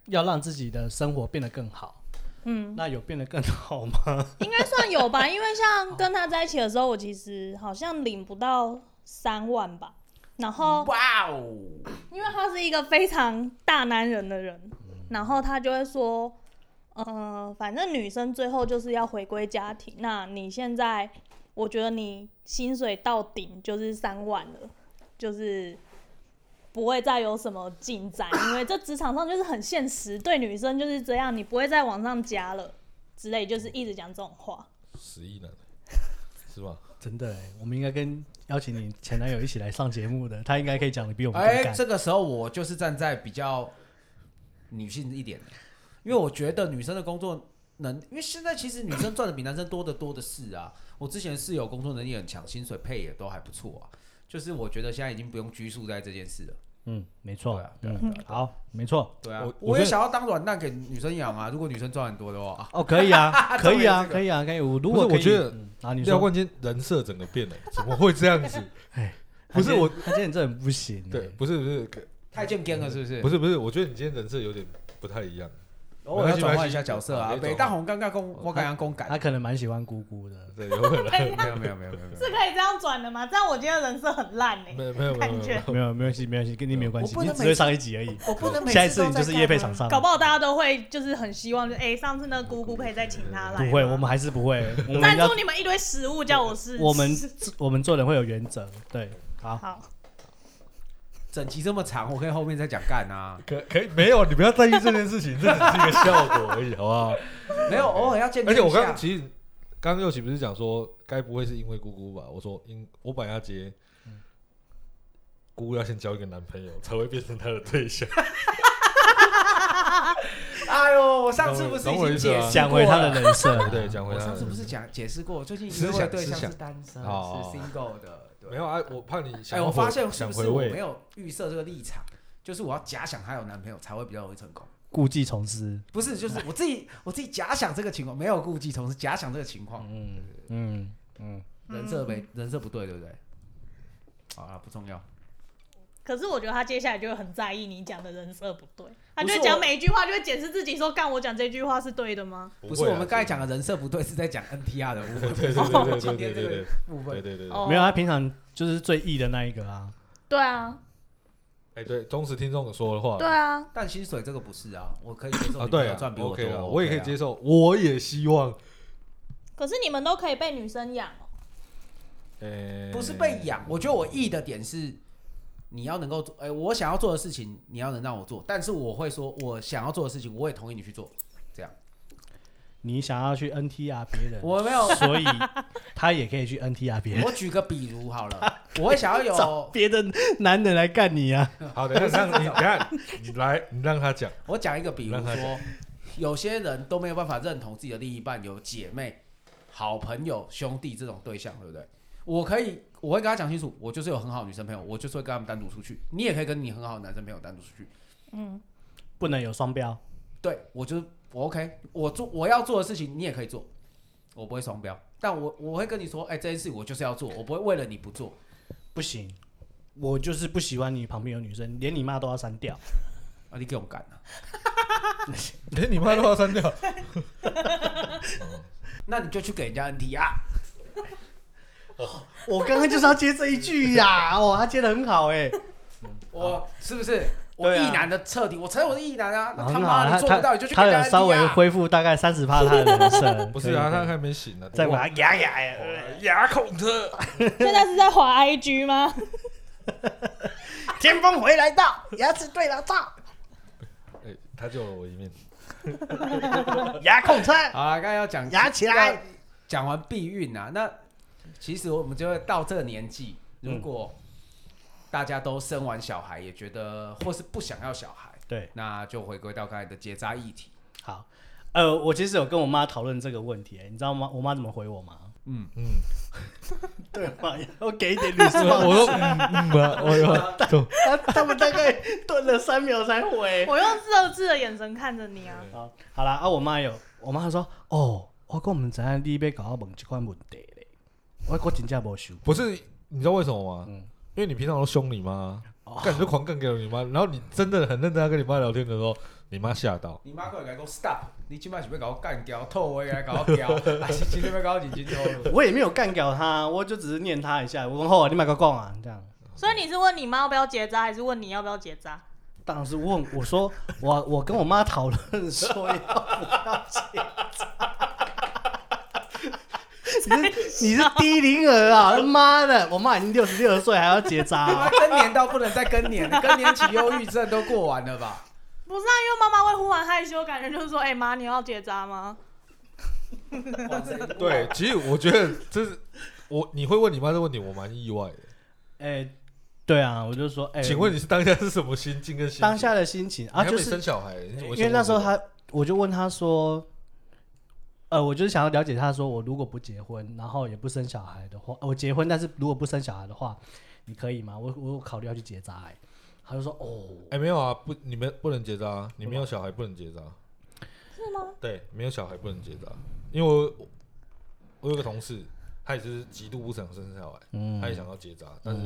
Speaker 1: 要让自己的生活变得更好。
Speaker 4: 嗯，
Speaker 1: 那有变得更好吗？
Speaker 4: 应该算有吧，因为像跟他在一起的时候，我其实好像领不到三万吧。然后，
Speaker 3: 哇哦，
Speaker 4: 因为他是一个非常大男人的人，然后他就会说，呃，反正女生最后就是要回归家庭。那你现在，我觉得你薪水到顶就是三万了，就是不会再有什么进展，因为这职场上就是很现实，对女生就是这样，你不会再往上加了之类，就是一直讲这种 话。
Speaker 2: 十亿男，是吧？
Speaker 1: 真的欸，我们应该跟邀请你前男友一起来上节目的，他应该可以讲的比我们
Speaker 3: 哎、
Speaker 1: 更干。
Speaker 3: 这个时候我就是站在比较女性一点的，因为我觉得女生的工作能，因为现在其实女生赚的比男生多的多的是啊。我之前室友工作能力很强，薪水配也都还不错啊。就是我觉得现在已经不用拘束在这件事了。
Speaker 1: 嗯，没错
Speaker 3: 对啊，对啊
Speaker 1: 嗯，好，没错，
Speaker 3: 对啊
Speaker 2: 我，
Speaker 3: 我
Speaker 2: 我觉
Speaker 3: 也
Speaker 2: 得
Speaker 3: 想要当软蛋给女生养啊。如果女生赚很多的话，
Speaker 1: 哦，可以啊，可以啊，
Speaker 3: 终于这个
Speaker 1: 可以啊，可以。我如
Speaker 2: 不是
Speaker 1: 果
Speaker 2: 我
Speaker 1: 可以
Speaker 2: 觉得
Speaker 1: 嗯啊，你
Speaker 2: 廖
Speaker 1: 说
Speaker 2: 冠军人设整个变了，怎么会这样子？
Speaker 1: 他
Speaker 2: 不是
Speaker 1: 今天
Speaker 2: 我
Speaker 1: 他今天真的很不行欸。
Speaker 2: 对，不是不是可
Speaker 3: 太健干了是不是？
Speaker 2: 不
Speaker 3: 是，
Speaker 2: 是不是，我觉得你今天人设有点不太一样。
Speaker 3: 偶尔要
Speaker 2: 没关系
Speaker 3: 转换一
Speaker 2: 没关系
Speaker 3: 下角色
Speaker 2: 好
Speaker 3: 啊
Speaker 2: 可以。转
Speaker 3: 北
Speaker 2: 换
Speaker 3: 大红刚刚公，我刚刚公
Speaker 1: 欸他
Speaker 3: 感。
Speaker 1: 可能蛮喜欢姑姑的。
Speaker 2: 对，有 可能
Speaker 3: 没有没有没有没有没有。
Speaker 4: 哎可以这样转的吗？这样我今天人设很烂呢
Speaker 2: 没有没有没有
Speaker 4: 感
Speaker 2: 没有
Speaker 4: 觉，
Speaker 1: 没有，没关系，没关系，跟你没有关系，
Speaker 3: 我不
Speaker 1: 你
Speaker 3: 能
Speaker 1: 只会上一集而已。
Speaker 3: 我不能每
Speaker 1: 下一次
Speaker 3: 都
Speaker 1: 你
Speaker 3: 在
Speaker 1: 就是
Speaker 3: 干
Speaker 1: 夜配
Speaker 3: 嘛
Speaker 1: 厂商，
Speaker 4: 搞不好大家都会就是很希望，就哎、上次那个姑姑可以再请他
Speaker 3: 啊
Speaker 4: 来吗。
Speaker 1: 不会，我们还是不 会。我们
Speaker 4: 赞
Speaker 1: 要
Speaker 4: 助你们一堆食物，叫我试。
Speaker 1: 我们我们做人会有原则，对，好，
Speaker 4: 好，
Speaker 3: 整集这么长，我可以后面再讲干啊。
Speaker 2: 可 可以没有，你不要在意这件事情，这只是一个效果而已，好不好？
Speaker 3: 没有，偶尔要健
Speaker 2: 而
Speaker 3: 康一
Speaker 2: 且
Speaker 3: 下。
Speaker 2: 我刚刚其实刚刚又岂不是讲说，该不会是因为姑姑吧？我说因我本来要接，
Speaker 3: 嗯
Speaker 2: 姑姑要先交一个男朋友才会变成她的对象，
Speaker 3: 哎呦，我上次不是已
Speaker 2: 懂我
Speaker 3: 经
Speaker 2: 意思
Speaker 3: 解
Speaker 2: 啊
Speaker 3: 释
Speaker 1: 讲
Speaker 3: 过
Speaker 1: 回
Speaker 3: 了？
Speaker 1: 他的人设，
Speaker 2: 对，讲回
Speaker 3: 我
Speaker 2: 来
Speaker 3: 上次不是讲解释过，最近约会的对象
Speaker 2: 思想
Speaker 3: 是单身，是
Speaker 2: 哦
Speaker 3: single 的。对
Speaker 2: 没有啊？我怕你想
Speaker 3: 哎，
Speaker 2: 回，
Speaker 3: 我发现是
Speaker 2: 想
Speaker 3: 不
Speaker 2: 回
Speaker 3: 是我没
Speaker 2: 味，
Speaker 3: 有预设这个立场？就是我要假想她有男朋友才会比较容易成功，
Speaker 1: 故技重施。
Speaker 3: 不是？就是我 自己我自己假想这个情况，没有顾忌，同时假想这个情况，
Speaker 1: 嗯嗯嗯，
Speaker 3: 人设没人设不对，对不对？好啊，不重要。
Speaker 4: 可是我觉得他接下来就会很在意你讲的人设不对，他
Speaker 3: 不
Speaker 4: 就是会讲
Speaker 3: 我
Speaker 4: 每一句话就会解释自己说，干我讲这句话是对的吗？
Speaker 2: 不
Speaker 3: 不是
Speaker 2: 会啊
Speaker 3: 我们刚才讲的人设不对，是在讲 NTR 的部
Speaker 2: 对对
Speaker 3: 分。
Speaker 2: 对对对对
Speaker 3: 今天这
Speaker 2: 对
Speaker 3: 个
Speaker 2: 对
Speaker 3: 部
Speaker 2: 对对
Speaker 3: 分，
Speaker 2: 对啊对。
Speaker 4: 哦
Speaker 1: 没有，啊他平常就是最 E 的那一个啊。
Speaker 4: 对啊，
Speaker 2: 哎，对，忠实听众说的话，
Speaker 4: 对啊，
Speaker 3: 但薪水这个不是啊，我可以接受
Speaker 2: 啊，
Speaker 3: 你没
Speaker 2: 对
Speaker 3: 有
Speaker 2: 啊
Speaker 3: 赚比我多
Speaker 2: ，OK 啊，
Speaker 3: OK
Speaker 2: 我也可以
Speaker 3: 啊
Speaker 2: 接受，我也希望，
Speaker 4: 可是你们都可以被女生养哦。
Speaker 2: 呃，
Speaker 3: 不是被养，我觉得我意的点是，你要能够做，哎、我想要做的事情，你要能让我做，但是我会说，我想要做的事情，我也同意你去做，这样。
Speaker 1: 你想要去 NTR 别人，
Speaker 3: 我没有，
Speaker 1: 所以他也可以去 NTR 别人，
Speaker 3: 我举个比如好了，我会想要
Speaker 1: 找
Speaker 3: 有，
Speaker 1: 别的男人来干你啊。
Speaker 2: 好的，那 让你等一下你来，你让他讲，
Speaker 3: 我讲一个比如
Speaker 2: 让他
Speaker 3: 说，有些人都没有办法认同自己的另一半有姐妹、好朋友、兄弟这种对象，对不对？我可以，我会跟他讲清楚，我就是有很好的女生朋友，我就是会跟他们单独出去。你也可以跟你很好的男生朋友单独出去。
Speaker 4: 嗯，
Speaker 1: 不能有双标。
Speaker 3: 对我就是我 OK，我做我要做的事情你也可以做，我不会双标，但我我会跟你说，哎、这件事我就是要做，我不会为了你不做。
Speaker 1: 不行，我就是不喜欢你旁边有女生，连你妈都要删掉。
Speaker 3: 啊，你给我干啊！
Speaker 2: 哎连你妈都要删 掉，
Speaker 3: 那你就去给人家 NTR，
Speaker 1: 哦我刚刚就是要接这一句呀、哇，他接的很好哎、
Speaker 3: 我是不是？我
Speaker 5: 对啊
Speaker 3: 意男的彻底，我承认我是意男啊，那
Speaker 1: 很
Speaker 3: 他
Speaker 1: 好
Speaker 3: 妈
Speaker 1: 啊
Speaker 3: 你做不到，
Speaker 1: 他
Speaker 3: 你就去
Speaker 1: 他
Speaker 3: 跟
Speaker 1: 有
Speaker 3: 人
Speaker 1: 稍微
Speaker 3: 家
Speaker 1: 恢复大概三十趴他的人设，
Speaker 2: 不是
Speaker 1: 可以
Speaker 2: 啊，他
Speaker 1: 可以
Speaker 2: 还没醒呢，
Speaker 1: 再
Speaker 2: 我
Speaker 1: 把它压压呀，呃
Speaker 5: 牙控车，
Speaker 4: 现在是在滑 IG 吗？
Speaker 1: 天风回来到，牙齿对了到，
Speaker 2: 哎，他救了我一命。
Speaker 1: 牙控车，
Speaker 3: 好啊，刚才要讲
Speaker 1: 牙起来
Speaker 3: 要讲完避孕啊，那其实我们就会到这个年纪，如
Speaker 1: 嗯
Speaker 3: 果大家都生完小孩，也觉得或是不想要小孩，
Speaker 1: 对，
Speaker 3: 那就回归到刚才的结扎议题。
Speaker 1: 好，呃，我其实有跟我妈讨论这个问题、欸你知道吗？我妈怎么回我吗？
Speaker 2: 嗯，
Speaker 1: 对妈呀，我给一点律师
Speaker 2: 我我都嗯嗯啊，我有走。
Speaker 1: 他他们大概顿了三秒才回。
Speaker 4: 我用热炙的眼神看着你啊！
Speaker 1: 好，好啦，啊，我妈有，我妈说，哦，我讲唔知影你要搞我问这款问题咧，我我真正无想
Speaker 2: 不是，你知道为什么吗？
Speaker 1: 嗯
Speaker 2: 因为你平常都凶你妈，
Speaker 1: 哦
Speaker 2: 干你就狂干给你妈，然后你真的很认真在跟你妈聊天的时候，你妈吓到。
Speaker 3: 你妈过来跟我 stop，你今晚是要搞我干掉，透我也来搞我 屌，还是今天要搞我几斤透 露？
Speaker 1: 我也没有干掉他，我就只是念他一下，我问后你买个讲啊，这样。
Speaker 4: 所以你是问你妈要不要结扎，还是问你要不要结扎？
Speaker 1: 当然是问我说，我我跟我妈讨论说要不要结扎。你是你是低龄儿啊！他妈的，我妈已经六十六岁还要结扎、
Speaker 3: 你 妈更年到不能再更年，更年期忧郁症都过完了 吧？
Speaker 4: 不是啊，因为妈妈会忽然害羞，感觉就是说，哎、妈，你要结扎吗？
Speaker 2: 对，其实我觉得这是我你会问你妈这个问题，我蛮意外的。
Speaker 1: 哎、对啊，我就说，哎、
Speaker 2: 请问你是当下是什么心境跟心情？
Speaker 1: 当下的心情
Speaker 2: 你
Speaker 1: 啊，
Speaker 2: 还
Speaker 1: 就
Speaker 2: 没
Speaker 1: 是
Speaker 2: 生小孩，你怎么会
Speaker 1: 因为那时候
Speaker 2: 想问
Speaker 1: 他，我就问他说，呃，我就是想要了解他说，我如果不结婚，然后也不生小孩的话，呃我结婚，但是如果不生小孩的话，你可以吗？我我有考虑要去结扎、哎，他就说，哦，
Speaker 2: 这个？哎，没有啊，不，你们不能结扎啊，你没有小孩不能结扎。啊
Speaker 4: 是吗？
Speaker 2: 对，没有小孩不能结扎，啊因为我我有个同事，他也是极度不想生小孩，
Speaker 1: 嗯
Speaker 2: 他也想要结扎，但是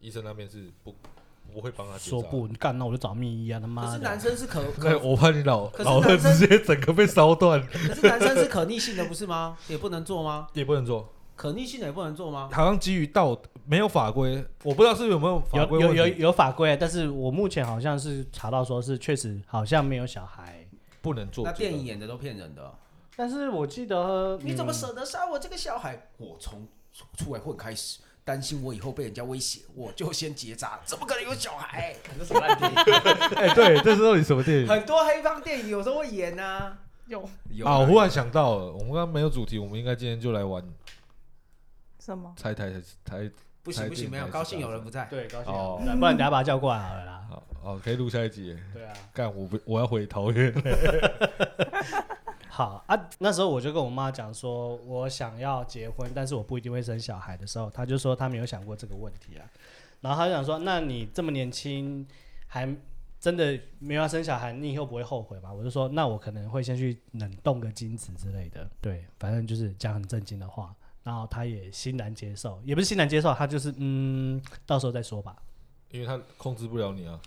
Speaker 2: 医生那边是不嗯不会帮他结扎。
Speaker 1: 说不，你干，那我就找秘医啊，他
Speaker 3: 可
Speaker 1: 妈的
Speaker 3: 是男，生是可
Speaker 2: 那
Speaker 3: 可，
Speaker 2: 我怕你老
Speaker 3: 可是
Speaker 2: 老二
Speaker 3: 男生
Speaker 2: 直接整个被烧断，
Speaker 3: 可是男生是可逆性的，不是吗？也不能做吗？
Speaker 2: 也不能做。
Speaker 3: 可逆性的也不能做吗？
Speaker 2: 好像基于道德没有法规，我不知道是有没有法
Speaker 1: 有
Speaker 2: 规
Speaker 1: 有
Speaker 2: 问
Speaker 1: 有
Speaker 2: 题，
Speaker 1: 有法规，啊但是我目前好像是查到说是确实好像没有小孩，
Speaker 2: 不能做
Speaker 3: 那
Speaker 2: 结扎。
Speaker 3: 电影演的都骗人的，
Speaker 1: 但是我记得
Speaker 3: 你怎么
Speaker 1: 嗯
Speaker 3: 舍得杀我这个小孩？我从出出来混开始，担心我以后被人家威胁，我就先结扎，怎 么可能有小孩？这什么烂电影？
Speaker 2: 哎、对，这是到底什么电影？
Speaker 3: 很多黑帮电影有时候会演啊。
Speaker 4: 有
Speaker 3: 有
Speaker 2: 啊，我忽然想到了，我们刚刚没有主题，我们应该今天就来玩
Speaker 4: 什么？
Speaker 2: 猜台词猜
Speaker 3: 不行不行，没有高兴有人不在。
Speaker 1: 对高兴
Speaker 2: 哦
Speaker 1: 啊，不然等下把他叫过来好了啦。
Speaker 2: 好好，可以录下一集。
Speaker 1: 对啊，
Speaker 2: 干，我不我要回桃园。
Speaker 1: 好啊，那时候我就跟我妈讲说，我想要结婚，但是我不一定会生小孩的时候，她就说她没有想过这个问题啊。然后她就想说，那你这么年轻，还真的没有要生小孩，你以后不会后悔吗？我就说，那我可能会先去冷冻个精子之类的。对，反正就是讲很震惊的话。然后她也欣然接受，也不是欣然接受，她就是嗯，到时候再说吧，
Speaker 2: 因为他控制不了你 啊，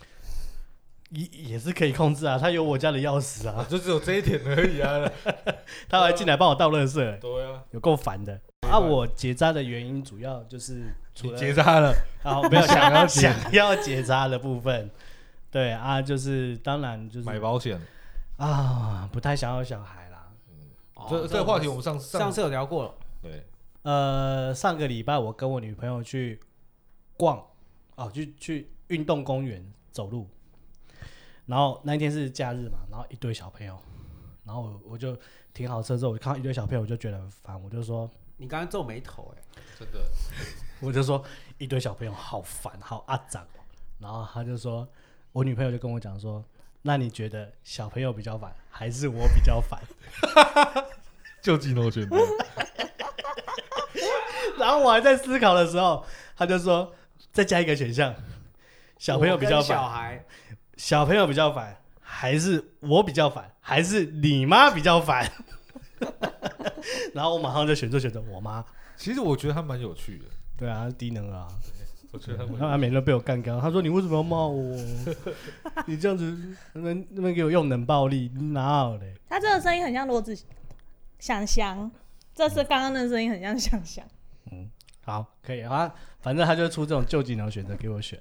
Speaker 1: 也也是可以控制啊，她有我家的钥匙啊，
Speaker 2: 就只有这一点而已啊。
Speaker 1: 她还进来帮我倒垃圾、欸
Speaker 2: 对啊，
Speaker 1: 有够烦的。
Speaker 2: 明白
Speaker 1: 啊，我结扎的原因主要就是除
Speaker 2: 你
Speaker 1: 了
Speaker 2: 结扎了，
Speaker 1: 啊，没有想
Speaker 2: 要
Speaker 1: 要
Speaker 2: 结
Speaker 1: 想要结扎的部分，对啊，就是当然就是
Speaker 2: 买保险。
Speaker 1: 啊，不太想要小孩啦。
Speaker 3: 哦
Speaker 2: 这这个话题我们上
Speaker 3: 上次有聊过了，
Speaker 2: 对，
Speaker 1: 呃，上个礼拜我跟我女朋友去逛，哦，去去运动公园走路，然后那一天是假日嘛，然后一堆小朋友，然后我我就停好车之后，我看到一堆小朋友，我就觉得很烦，我就说
Speaker 3: 你刚刚皱眉头哎，
Speaker 2: 真的
Speaker 1: 我就说一堆小朋友好烦，好阿长哦。然后他就说，我女朋友就跟我讲说，那你觉得小朋友比较烦，还是我比较烦？
Speaker 2: 就基诺选的，
Speaker 1: 然后我还在思考的时候，他就说再加一个选项，小朋友比较
Speaker 3: 我跟小
Speaker 1: 烦，
Speaker 3: 孩，
Speaker 1: 小朋友比较烦，还是我比较烦，还是你妈比较烦？ 然后我马上就选择选择我妈。
Speaker 2: 其实我觉得他蛮有趣的，
Speaker 1: 对啊，低能儿啊！
Speaker 2: 我觉得他
Speaker 1: 然后
Speaker 2: 蛮
Speaker 1: 他每天都被我干掉。他说：“你为什么要骂我？ 你这样子，那边那边给我用冷暴力，你哪有嘞
Speaker 4: 他这个声音很像罗子想翔，这是刚刚的声音很像想翔。？”
Speaker 1: 好，可以啊，反正他就出这种救济能选择给我选，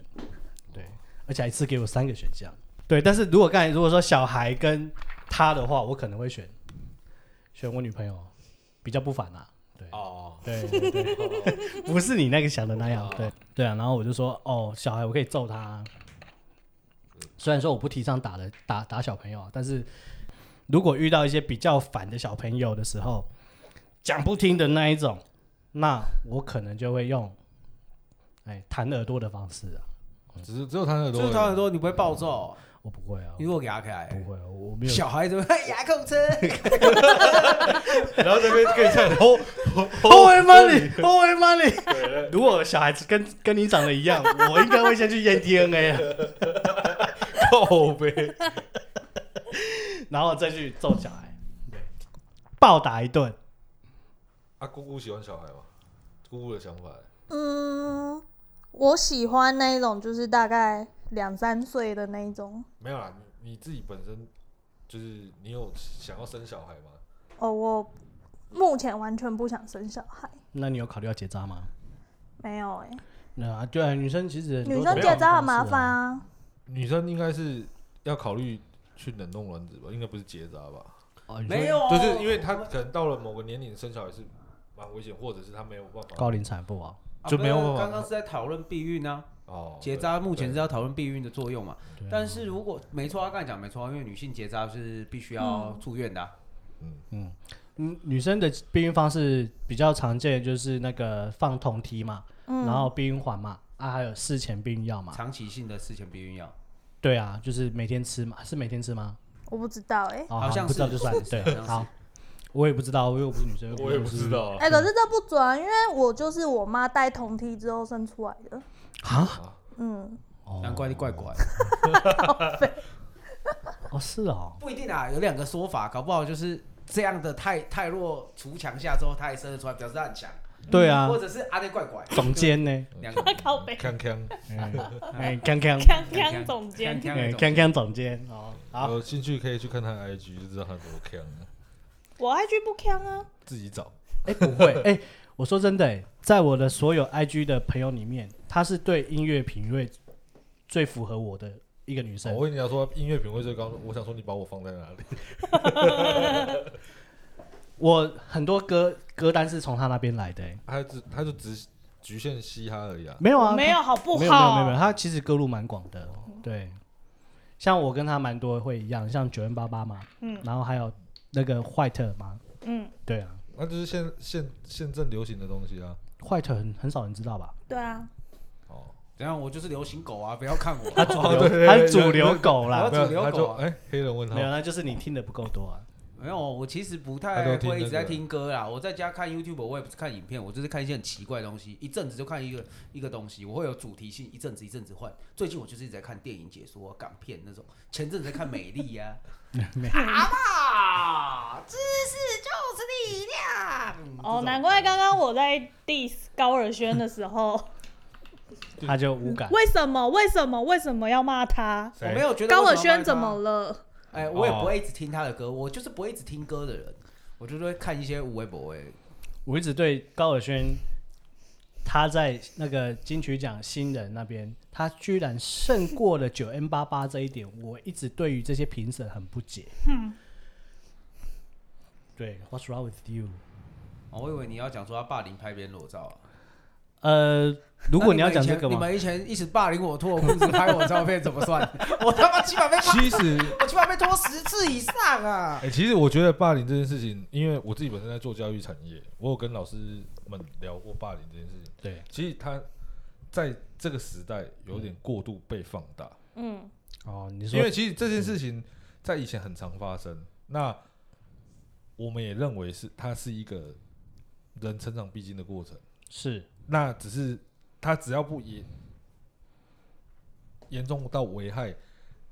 Speaker 1: 对，而且还一次给我三个选项，对，但是如果刚才如果说小孩跟他的话，我可能会选选我女朋友，比较不烦啦、
Speaker 2: 哦，
Speaker 1: 对对对， 不是你那个想的那样
Speaker 2: 哦。
Speaker 1: 对对啊，然后我就说，哦，小孩我可以揍他啊。虽然说我不提倡打的打打小朋友啊，但是如果遇到一些比较烦的小朋友的时候，讲不听的那一种，那我可能就会用哎弹耳朵的方式啊。
Speaker 2: 只是只有弹耳朵
Speaker 3: 就
Speaker 2: 而已，
Speaker 3: 是他很多你不会暴揍，
Speaker 1: 我不会啊，
Speaker 3: 你如果给他开，
Speaker 1: 不会啊，我没有。
Speaker 3: 小孩子会嘿牙控车，
Speaker 2: 然后这边可以 唱哦，
Speaker 1: Always money，Always money。如果小孩子跟跟你长得一样，我应该会先去验 DNA 啊。
Speaker 2: 靠呗，
Speaker 1: 然后再去揍小孩，对，暴打一顿。
Speaker 2: 啊，姑姑喜欢小孩吗？姑姑的想法欸，
Speaker 4: 嗯，我喜欢那一种，就是大概两三岁的那一种。
Speaker 2: 没有啦，你你自己本身就是你有想要生小孩吗？
Speaker 4: 哦，我目前完全不想生小孩，
Speaker 1: 那你有考虑要结扎吗？
Speaker 4: 没有哎、
Speaker 1: 那、啊、对啊，女生其实很多
Speaker 4: 女
Speaker 1: 种
Speaker 4: 生
Speaker 1: 方
Speaker 4: 结扎很
Speaker 1: 式
Speaker 4: 麻烦
Speaker 1: 啊。
Speaker 4: 啊。
Speaker 2: 女生应该是要考虑去冷冻卵子吧，应该不是结扎吧？
Speaker 1: 哦你说
Speaker 3: 没有，
Speaker 2: 就是因为她可能到了某个年龄生小孩是蛮危险，或者是她没有办法
Speaker 1: 高龄产妇啊，
Speaker 3: 啊
Speaker 2: 就没有
Speaker 3: 不是
Speaker 2: 办法
Speaker 3: 刚刚是在讨论避孕啊，
Speaker 2: 哦
Speaker 3: 结扎目前是要讨论避孕的作用嘛
Speaker 1: 对啊。
Speaker 3: 但是如果没错，他刚才讲没错啊，因为女性结扎是必须要住院的啊。
Speaker 1: 嗯，女生的避孕方式比较常见就是那个放酮体嘛，
Speaker 4: 嗯，
Speaker 1: 然后避孕环嘛，啊，还有事前避孕药嘛。
Speaker 3: 长期性的事前避孕药，
Speaker 1: 对啊，就是每天吃嘛，是每天吃吗？
Speaker 4: 我不知道哎、
Speaker 1: 哦，
Speaker 3: 好像
Speaker 1: 不知道
Speaker 3: 是
Speaker 1: 就算 了。对
Speaker 3: 好，像是
Speaker 1: 好，我也不知道，因为我不是女生，
Speaker 2: 我也不知道啊
Speaker 4: 哎、可是这不准啊，因为我就是我妈带同梯之后生出来的。
Speaker 1: 啊。
Speaker 4: 嗯，
Speaker 1: 哦
Speaker 3: 难怪你怪怪。
Speaker 1: 哦，是哦，
Speaker 3: 不一定啊，有两个说法，搞不好就是这样的太太弱除强下之后，他也生得出来，表示他很强。
Speaker 1: 对啊
Speaker 3: 或，者是阿内怪怪
Speaker 1: 总监呢？
Speaker 3: 两
Speaker 2: 嗯
Speaker 3: 个
Speaker 4: 靠北
Speaker 2: 康康，
Speaker 1: 哎，康康，
Speaker 4: 康
Speaker 3: 康
Speaker 4: 康总监，
Speaker 1: 哎，康康总监，哦，好，
Speaker 2: 有兴趣可以去看她的 IG 就知道她多康了，
Speaker 4: 我 IG 不康啊，
Speaker 2: 自己找。
Speaker 1: 哎、不会，
Speaker 3: 呃
Speaker 1: 哎、我说真的、哎，在我的所有 IG 的朋友里面，她是对音乐品味最符合我的一个女生。
Speaker 2: 哦
Speaker 3: 哦
Speaker 2: 我跟你讲说音乐品味最高，我想说你把我放在哪里？
Speaker 1: 我很多歌歌单是从她那边来的、哎
Speaker 2: 她只她就只局限嘻哈而已啊。
Speaker 1: 没有啊，
Speaker 4: 没有好不
Speaker 1: 她，没
Speaker 4: 好？
Speaker 1: 有，没有，没有，没有，她其实歌路蛮广的，对。像我跟她蛮多会一样，像九 N 八八嘛，
Speaker 4: 嗯
Speaker 1: 然后还有那个 White 嘛，
Speaker 4: 嗯，
Speaker 1: 对啊
Speaker 2: 那就是现现现正流行的东西啊。
Speaker 1: ，White 很很少人知道 吧？
Speaker 4: 对啊，
Speaker 2: 哦，
Speaker 3: 然后我就是流行狗啊，不要看我。
Speaker 1: 他主
Speaker 2: 对对
Speaker 1: 流，
Speaker 2: 对
Speaker 1: 他是主流狗啦
Speaker 3: 我，主流
Speaker 2: 他就
Speaker 3: 狗啊
Speaker 2: 哎，黑人问号
Speaker 1: 没有，那就是你听的不够多啊。
Speaker 3: 没有，我其实不
Speaker 2: 他都
Speaker 3: 太
Speaker 2: 听
Speaker 3: 会一直在
Speaker 2: 那个
Speaker 3: 听歌啦。我在家看 YouTube，我也不是看影片，我就是看一些很奇怪的东西，一阵子就看一个一个东西。我会有主题性，一阵子一阵子换。最近我就是一直在看电影解说、港片那种。前阵子在看《美丽》 呀，啊，知识就是力量。
Speaker 4: 哦，难
Speaker 3: 怪。
Speaker 4: 怪刚刚我在 diss 高尔轩的时候，
Speaker 1: 他就无感。
Speaker 4: 为什么？为什么？为什么要骂他？
Speaker 3: 我没有觉得
Speaker 4: 高
Speaker 3: 为
Speaker 4: 尔
Speaker 3: 什要骂
Speaker 4: 轩怎
Speaker 3: 他
Speaker 4: 么了？
Speaker 3: 哎，我也不会一直听他的
Speaker 1: 哦
Speaker 3: 歌，我就是不会一直听歌的人，我就是会看一些无微博哎，
Speaker 1: 我一直对高尔宣，他在那个金曲奖新人那边，他居然胜过了九 N 八八这一点，我一直对于这些评审很不解。对，What's wrong with you？
Speaker 3: 哦我以为你要讲说他霸凌拍别人裸照啊。
Speaker 1: 呃，如果你要讲这个
Speaker 3: 那你
Speaker 1: 吗？
Speaker 3: 们以前你们以前一直霸凌我脱我裤子拍我照片怎么 算？我他妈起码被骂，
Speaker 2: 其实，
Speaker 3: 我起码被拖十次以上啊！
Speaker 2: 哎，其实我觉得霸凌这件事情，因为我自己本身在做教育产业，我有跟老师们聊过霸凌这件事情。
Speaker 1: 对，
Speaker 2: 其实他在这个时代有点过度被放大，
Speaker 4: 嗯，
Speaker 1: 哦，你说
Speaker 2: 因为其实这件事情在以前很常发生。那我们也认为是它是一个人成长必经的过程。
Speaker 1: 是
Speaker 2: 那只是他只要不严严重到危害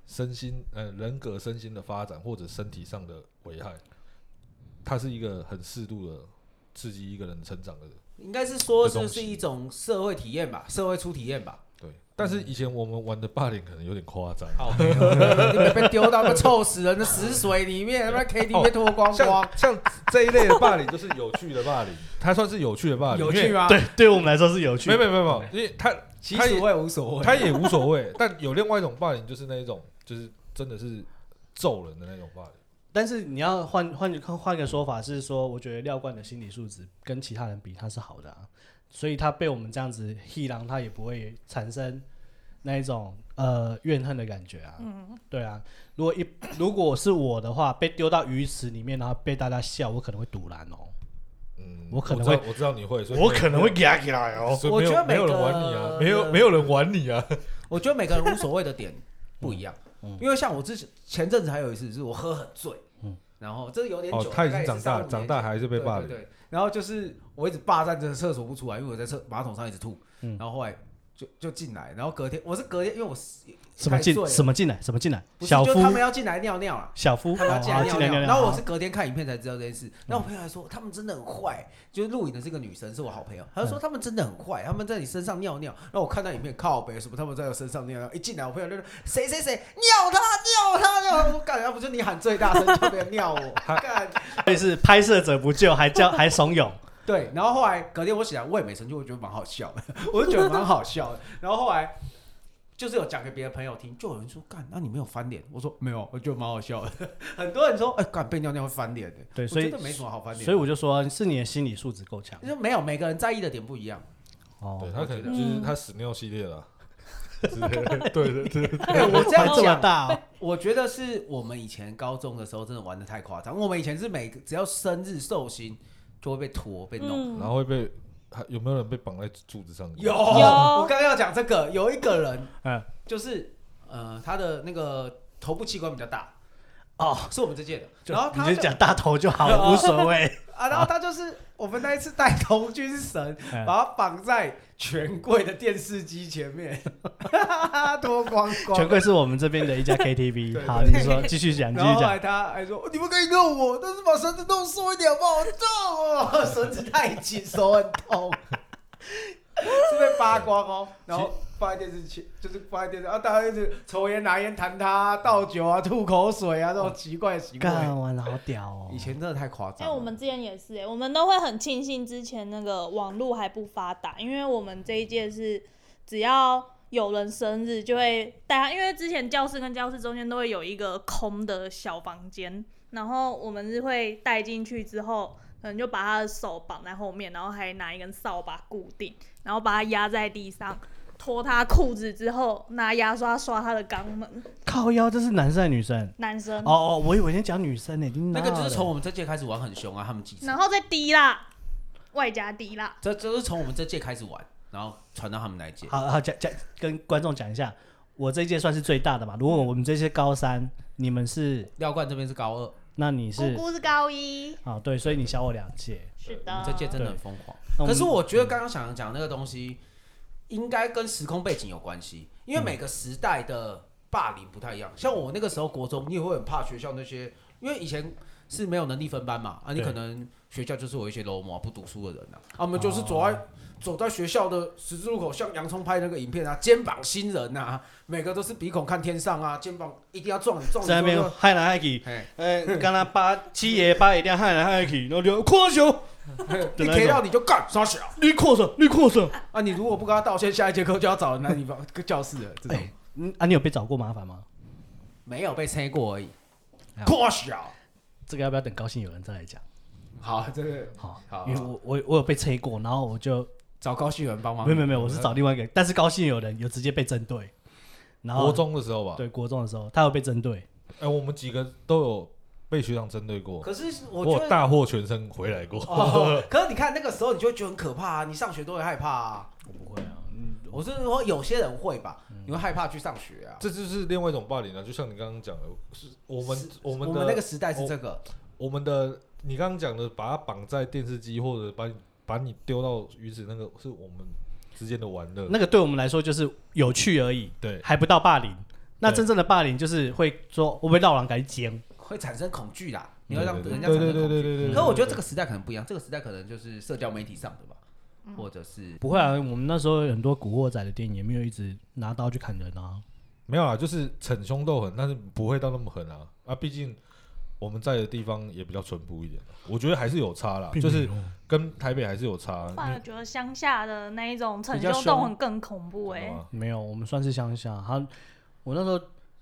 Speaker 2: 身心呃人格身心的发展或者身体上的危害，它是一个很适度的刺激一个人成长的。
Speaker 3: 应该是说
Speaker 2: 这
Speaker 3: 是
Speaker 2: 东西
Speaker 3: 是一种社会体验吧，社会初体验吧。
Speaker 2: 对，但是以前我们玩的霸凌可能有点夸张，
Speaker 3: 好，你们被丢到那臭死人的死水 里面，他妈
Speaker 1: 哦
Speaker 3: KTV 脱光光，
Speaker 2: 像像这一类的霸凌就是有趣的霸 凌，它算是有趣的霸凌，
Speaker 3: 有
Speaker 2: 因
Speaker 3: 趣
Speaker 2: 为？
Speaker 3: 吗？，
Speaker 1: 啊对，对我们来说是有趣。
Speaker 2: 没有没有没有没有，因为他
Speaker 3: 其
Speaker 2: 他
Speaker 3: 实
Speaker 2: 也
Speaker 3: 我也无所 谓。
Speaker 2: 他也无所谓，但有另外一种霸凌就是那一种就是真的是揍人的那种霸凌。
Speaker 1: 但是你要换换换个说法是说，我觉得廖冠的心理素质跟其他人比他是好的啊，所以他被我们这样子黑狼，他也不会产生那一种呃怨恨的感觉啊。嗯，对啊，如果一如果是我的话，被丢到鱼池里面，然后被大家笑，我可能会堵拦哦，
Speaker 2: 嗯，
Speaker 1: 我可能
Speaker 2: 知道
Speaker 1: 会
Speaker 2: 我知道你会，所以
Speaker 1: 我
Speaker 2: 没有
Speaker 1: 可能会压起来哦。
Speaker 2: 所以
Speaker 3: 我
Speaker 2: 没
Speaker 3: 觉得
Speaker 2: 有没
Speaker 3: 每
Speaker 2: 有人
Speaker 3: 个
Speaker 2: 玩你啊，没有没有人玩你啊。
Speaker 3: 我觉得每个人无所谓的点 不一样，
Speaker 2: 嗯
Speaker 3: 因为像我之前前阵子还有一次，就是我喝很醉，然后这有点久
Speaker 2: 哦
Speaker 3: 了，，
Speaker 2: 他已
Speaker 3: 大
Speaker 2: 经
Speaker 3: 概也
Speaker 2: 长
Speaker 3: 是三
Speaker 2: 大，
Speaker 3: 五年
Speaker 2: 长
Speaker 3: 前
Speaker 2: 大还是被霸
Speaker 3: 对
Speaker 2: 凌。
Speaker 3: 对对，然后就是我一直霸占着厕所不出来，因为我在厕马桶上一直吐，
Speaker 2: 嗯
Speaker 3: 然后后来就就进来，然后隔天我是隔天，因为我是
Speaker 1: 什么进
Speaker 3: 太醉了
Speaker 1: 什么进来什么进来，
Speaker 3: 不是
Speaker 1: 小
Speaker 3: 就
Speaker 1: 夫
Speaker 3: 他们要进来尿啊尿了。
Speaker 1: 小夫
Speaker 3: 他们要
Speaker 1: 哦
Speaker 3: 进
Speaker 1: 好
Speaker 3: 来
Speaker 1: 进
Speaker 3: 尿
Speaker 1: 来
Speaker 3: 尿，
Speaker 1: 尿
Speaker 3: 然后我
Speaker 1: 好嗯
Speaker 3: 是隔天看影片才知道这件事。然后我朋友还说他们真的很坏，就是录影的这个女生是我好朋友，她
Speaker 1: 嗯
Speaker 3: 就说他们真的很坏，他们在你身上尿尿。然后我看到影片靠北什么，他们在我身上尿尿，一进来我朋友就说谁谁谁尿他尿他尿他，我说干，要不就你喊最大声就别人 尿我，干
Speaker 1: 所以是拍摄者不救，还叫还怂恿。
Speaker 3: 对，然后后来隔天我醒来，我也没生气，我觉得蛮好笑的，我就觉得蛮好笑的。然后后来就是有讲给别的朋友听，就有人说：“干，那你没有翻脸？”我说：“没有，我觉得蛮好笑的。” 很多人说：“哎、干被尿尿会翻脸的。”
Speaker 1: 对
Speaker 3: 我
Speaker 1: 所以
Speaker 3: 觉得没什么好翻脸的。
Speaker 1: 所以我就说是你的心理素质够强
Speaker 3: 就说没有，每个人在意的点不一 样。
Speaker 1: 哦
Speaker 2: 对。他可能
Speaker 4: 嗯
Speaker 2: 就是他屎尿系列 了。之类的对对对对，
Speaker 3: 哎、我这
Speaker 1: 还
Speaker 3: 样
Speaker 1: 这么
Speaker 3: 讲，
Speaker 1: 大哦，
Speaker 3: 我觉得是我们以前高中的时候真的玩的太夸张。我们以前是每个只要生日寿星就会被拖被弄。
Speaker 4: 嗯
Speaker 2: 然后会被还有没有人被绑在柱子上？
Speaker 3: 有，
Speaker 4: 有
Speaker 3: 我刚刚要讲这个，有一个人
Speaker 1: 嗯
Speaker 3: 就是呃，他的那个头部器官比较大，
Speaker 1: 哦，
Speaker 3: 是我们这届的。
Speaker 1: 就
Speaker 3: 然后他
Speaker 1: 你就讲大头就好，
Speaker 3: 哦
Speaker 1: 无所谓。
Speaker 3: 啊，然后他就是我们那一次带童军绳，
Speaker 1: 嗯
Speaker 3: 把他绑在权贵的电视机前面， 脱光
Speaker 1: 全
Speaker 3: 光。
Speaker 1: 贵是我们这边的一家
Speaker 3: 对
Speaker 1: KTV。
Speaker 3: 对
Speaker 1: 好，你说继续讲，继
Speaker 3: 然后
Speaker 1: 续
Speaker 3: 后
Speaker 1: 讲
Speaker 3: 来。他还说：“你们可以弄我，但是把绳子弄松一点吧，好痛哦， 绳子太紧，手很 痛。”是被扒光哦，然后放在电视前，就是放在电视，啊，大家一直抽烟、拿烟、弹他、倒酒啊、吐口水啊，这种奇怪的行为。
Speaker 1: 干完了，好屌哦！
Speaker 3: 以前真的太夸
Speaker 4: 哎、
Speaker 3: 张了。
Speaker 4: 我
Speaker 1: 嗯
Speaker 4: 们之前也是、哎，我们都会很庆幸之前那个网络还不发达，因为我们这一届是只要有人生日就会带他，因为之前教室跟教室中间都会有一个空的小房间，然后我们是会带进去之后，可能就把他的手绑在后面，然后还拿一根扫把固定，然后把他压在地上。脱他裤子之后，拿牙刷刷他的肛门。
Speaker 1: 靠腰，这是男生还是女生？
Speaker 4: 男生，
Speaker 1: 哦哦，我以为你在讲女生呢。
Speaker 3: 那个就是从
Speaker 1: 你
Speaker 3: 我们这届开始玩很凶啊，他们几次
Speaker 4: 然，后再滴啦，外加滴啦。
Speaker 3: 这这是从我们这届开始玩，然后传到他们那一届
Speaker 1: 哪。好好讲讲，跟观众讲一下，我这一届算是最大的嘛。如果我们这些高三，你们是，
Speaker 3: 廖冠这边是高二，
Speaker 1: 那你是
Speaker 4: 姑姑是高一，
Speaker 1: 啊，对，所以你小我两届。
Speaker 4: 是
Speaker 3: 我们这届真的很疯狂。
Speaker 1: 那我
Speaker 3: 可
Speaker 1: 们
Speaker 3: 是我觉得刚刚想讲那个东西，应该跟时空背景有关系，因为每个时代的霸凌不太
Speaker 1: 嗯
Speaker 3: 一样。像我那个时候国中，你也会很怕学校那些，因为以前是没有能力分班嘛，啊，你
Speaker 1: 对哦
Speaker 3: 可能学校就是有一些 low 模不读书的人啊，啊，我们就是走在、走在学校的十字路口，像洋葱拍那个影片啊，肩膀新人啊，每个都是鼻孔看天上啊，肩膀一定要撞你撞你
Speaker 1: 在那
Speaker 3: 之
Speaker 1: 边
Speaker 3: 后就
Speaker 1: 害来害去，
Speaker 3: 嘿
Speaker 1: 哎，刚刚八七爷八爷这样害来害去，然后就扩手，
Speaker 3: 嘿
Speaker 1: 那
Speaker 3: 一
Speaker 1: 种
Speaker 3: K 到你就干刷小。
Speaker 1: 你扩手，你扩手。
Speaker 3: 啊，你如果不跟他道歉，下一节课就要找人来你房教室了。这种、
Speaker 1: 哎嗯啊，你有被找过麻烦吗？
Speaker 3: 没有被塞过而 已
Speaker 1: 哎，呀
Speaker 3: 扩小。
Speaker 1: 这个要不要等高兴有人再来讲？
Speaker 3: 好，这个
Speaker 1: 好，
Speaker 3: 好
Speaker 1: 因为我我我有被催过，然后我就
Speaker 3: 找高兴有人帮忙。
Speaker 1: 没有没有没有，我是找另外一个，但是高兴有人有直接被针对，然后
Speaker 2: 国中的时候吧，
Speaker 1: 对国中的时候，他有被针对，
Speaker 2: 哎，我们几个都有被学长针对过，
Speaker 3: 可是我
Speaker 2: 我
Speaker 3: 觉
Speaker 2: 有
Speaker 3: 得，
Speaker 2: 大获全胜回来过。
Speaker 3: 哦、 可是你看那个时候，你就会觉得很可怕啊！你上学都会害怕啊。
Speaker 1: 我不会啊，嗯，
Speaker 3: 我是说有些人会吧，你会害怕去上学啊。
Speaker 2: 这就是另外一种霸凌啊，就像你刚刚讲的，是我们我
Speaker 3: 我
Speaker 2: 们
Speaker 3: 那个
Speaker 2: 的
Speaker 3: 时代是这个，
Speaker 2: 我们的，你刚刚讲的，把它绑在电视机或者把你把你丢到鱼池那个，是我们之间的玩乐。
Speaker 1: 那个对我们来说就是有趣而已，
Speaker 2: 对，
Speaker 1: 还不到霸凌。那
Speaker 2: 对
Speaker 1: 真正的霸凌就是会说，会不会绕狼改奸？
Speaker 3: 会产生恐惧啦。你会让
Speaker 2: 对
Speaker 3: 人家
Speaker 2: 对
Speaker 3: 产生
Speaker 2: 对对
Speaker 3: 恐惧。
Speaker 2: 对对对。
Speaker 3: 可我觉得这个时代可能不一样，这个时代可能就是社交媒体上的吧，或者是
Speaker 1: 不会啊，我们那时候有很多古惑仔的电影也没有一直拿刀去砍人啊。
Speaker 2: 没有啦，就是逞凶斗狠，但是不会到那么狠啊。啊，毕竟我们在的地方也比较淳朴一点，我觉得还是有差
Speaker 1: 啊
Speaker 2: 啦，就是跟台北还是有差。啊
Speaker 4: 反而
Speaker 2: 你
Speaker 4: 觉得乡下的那一种逞
Speaker 3: 比较
Speaker 4: 凶
Speaker 3: 凶啊
Speaker 4: 斗狠更恐怖哎、
Speaker 2: 懂吗
Speaker 1: 没有，我们算是乡下。他，我那时候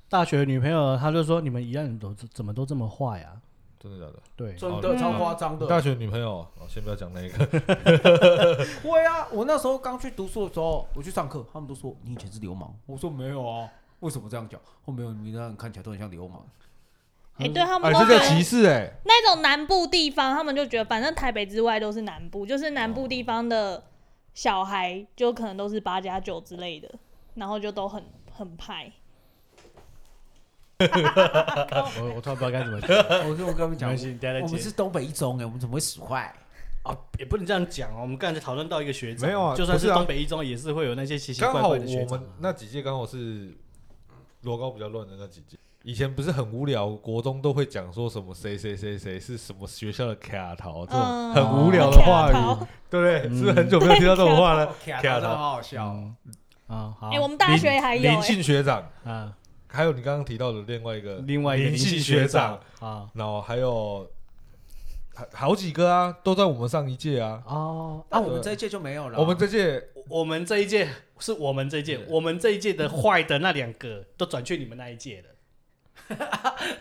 Speaker 1: 大学女朋友，她就说你们一样都怎么都这么坏啊？
Speaker 2: 真的假的？
Speaker 1: 对，
Speaker 3: 真的超夸张
Speaker 2: 你
Speaker 3: 的。
Speaker 2: 大学女朋友，哦先不要讲那个，
Speaker 3: 会啊，我那时候刚去读书的时候，我去上课，他们都说你以前是流氓，我说没有啊，为什么这样讲？我没有，你那样看起来都很像流氓。嗯
Speaker 4: 哎、对 他
Speaker 2: 哎，
Speaker 4: 们都
Speaker 2: 这
Speaker 4: 觉
Speaker 2: 叫
Speaker 4: 得
Speaker 2: 歧视哎、
Speaker 4: 那种南部地方，他们就觉得反正台北之外都是南部，就是南部地方的小孩就可能都是八加九之类的，然后就都很很派。
Speaker 1: 我我突然不知道该怎么 讲，
Speaker 3: 我跟我跟他们
Speaker 1: 没
Speaker 3: 讲
Speaker 1: 关，系，你等一下再
Speaker 3: 我们
Speaker 1: 接
Speaker 3: 是东北一中哎、我们怎么会使坏？
Speaker 1: 啊，也不能这样讲哦。我们刚才讨论到一个学长，
Speaker 2: 没有啊
Speaker 1: 就算是
Speaker 2: 不是啊
Speaker 1: 东北一中也是会有那些奇奇
Speaker 2: 刚
Speaker 1: 怪
Speaker 2: 好
Speaker 1: 怪的学
Speaker 2: 我
Speaker 1: 长
Speaker 2: 们
Speaker 1: 啊。
Speaker 2: 那几届刚好是罗高比较乱的那几届。以前不是很无聊，国中都会讲说什么谁谁谁谁是什么学校的卡桃这种
Speaker 4: 嗯
Speaker 2: 很无聊的话语，啊对不对？
Speaker 1: 嗯
Speaker 2: 是不是很久没有听到这种话了？
Speaker 3: 哦卡
Speaker 2: 哦卡
Speaker 3: 真的
Speaker 2: 桃
Speaker 3: 好好笑哦。
Speaker 1: 嗯啊，好，
Speaker 4: 哎、我们 大学还有、
Speaker 2: 林
Speaker 4: 哎，
Speaker 2: 信学长，
Speaker 1: 啊，
Speaker 2: 还有你刚刚提到的另外一个
Speaker 1: 另外一个
Speaker 2: 林
Speaker 1: 信
Speaker 2: 信
Speaker 1: 学
Speaker 2: 长，
Speaker 1: 啊，
Speaker 2: 然后还有还好几个啊，都在我们上一届啊。
Speaker 1: 哦，
Speaker 3: 那、我们这一届就没有了。
Speaker 2: 我们这届
Speaker 1: 我我们这一届是我们这一届
Speaker 2: 对，
Speaker 1: 我们这一届的坏的那两个都转去你们那一届了。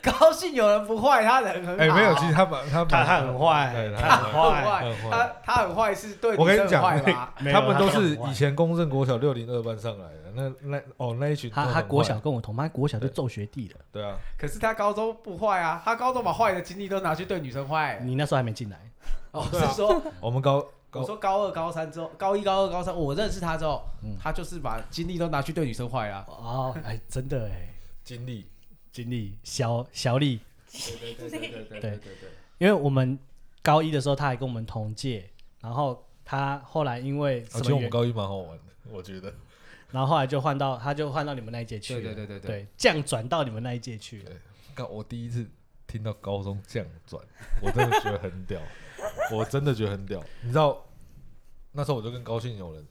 Speaker 3: 高兴有人不坏，他人很好。
Speaker 2: 哎没有，其实他们他们
Speaker 1: 他他很坏
Speaker 2: 对，
Speaker 1: 他
Speaker 2: 他
Speaker 1: 很
Speaker 3: 他很
Speaker 1: 坏，
Speaker 2: 很
Speaker 3: 坏，
Speaker 2: 坏
Speaker 3: 他他很坏是对
Speaker 2: 我跟
Speaker 3: 女
Speaker 2: 你
Speaker 3: 生
Speaker 2: 讲
Speaker 3: 很坏吧？
Speaker 1: 没有
Speaker 2: 他们都是
Speaker 1: 他很坏
Speaker 2: 以前公认国小六零二班上来的，那那哦那一群都
Speaker 1: 他
Speaker 2: 很
Speaker 1: 他
Speaker 2: 坏
Speaker 1: 国小跟我同班，国小就揍学弟了。
Speaker 2: 对啊，
Speaker 3: 可是他高中不坏啊，他高中把坏的经历都拿去对女生坏。
Speaker 1: 你那时候还没进来，
Speaker 3: 哦，是说
Speaker 2: 我们高
Speaker 3: 我
Speaker 2: 高
Speaker 3: 说高二、高三之后，高一、高二、高三，我认识他之后
Speaker 1: 嗯，
Speaker 3: 他就是把精力都拿去对女生坏啊。
Speaker 1: 哦，哎，真的哎，
Speaker 2: 经历，
Speaker 1: 经理小小李，
Speaker 3: 对对对对对
Speaker 1: 对
Speaker 3: 对。
Speaker 1: 因为我们高一的时候他还跟我们同届，然后他后来因为
Speaker 2: 而
Speaker 1: 什
Speaker 2: 且
Speaker 1: 么
Speaker 2: 啊我们
Speaker 1: 原，
Speaker 2: 高一蛮好玩的，我觉得
Speaker 1: 然后后来就换到他就换到你们那一届去了，
Speaker 3: 对对对对对
Speaker 1: 对，这样转到你们那一届去了。
Speaker 2: 高我第一次听到高中这样转， 我真的觉得很屌，我真的觉得很屌。你知道那时候我就跟高兴有人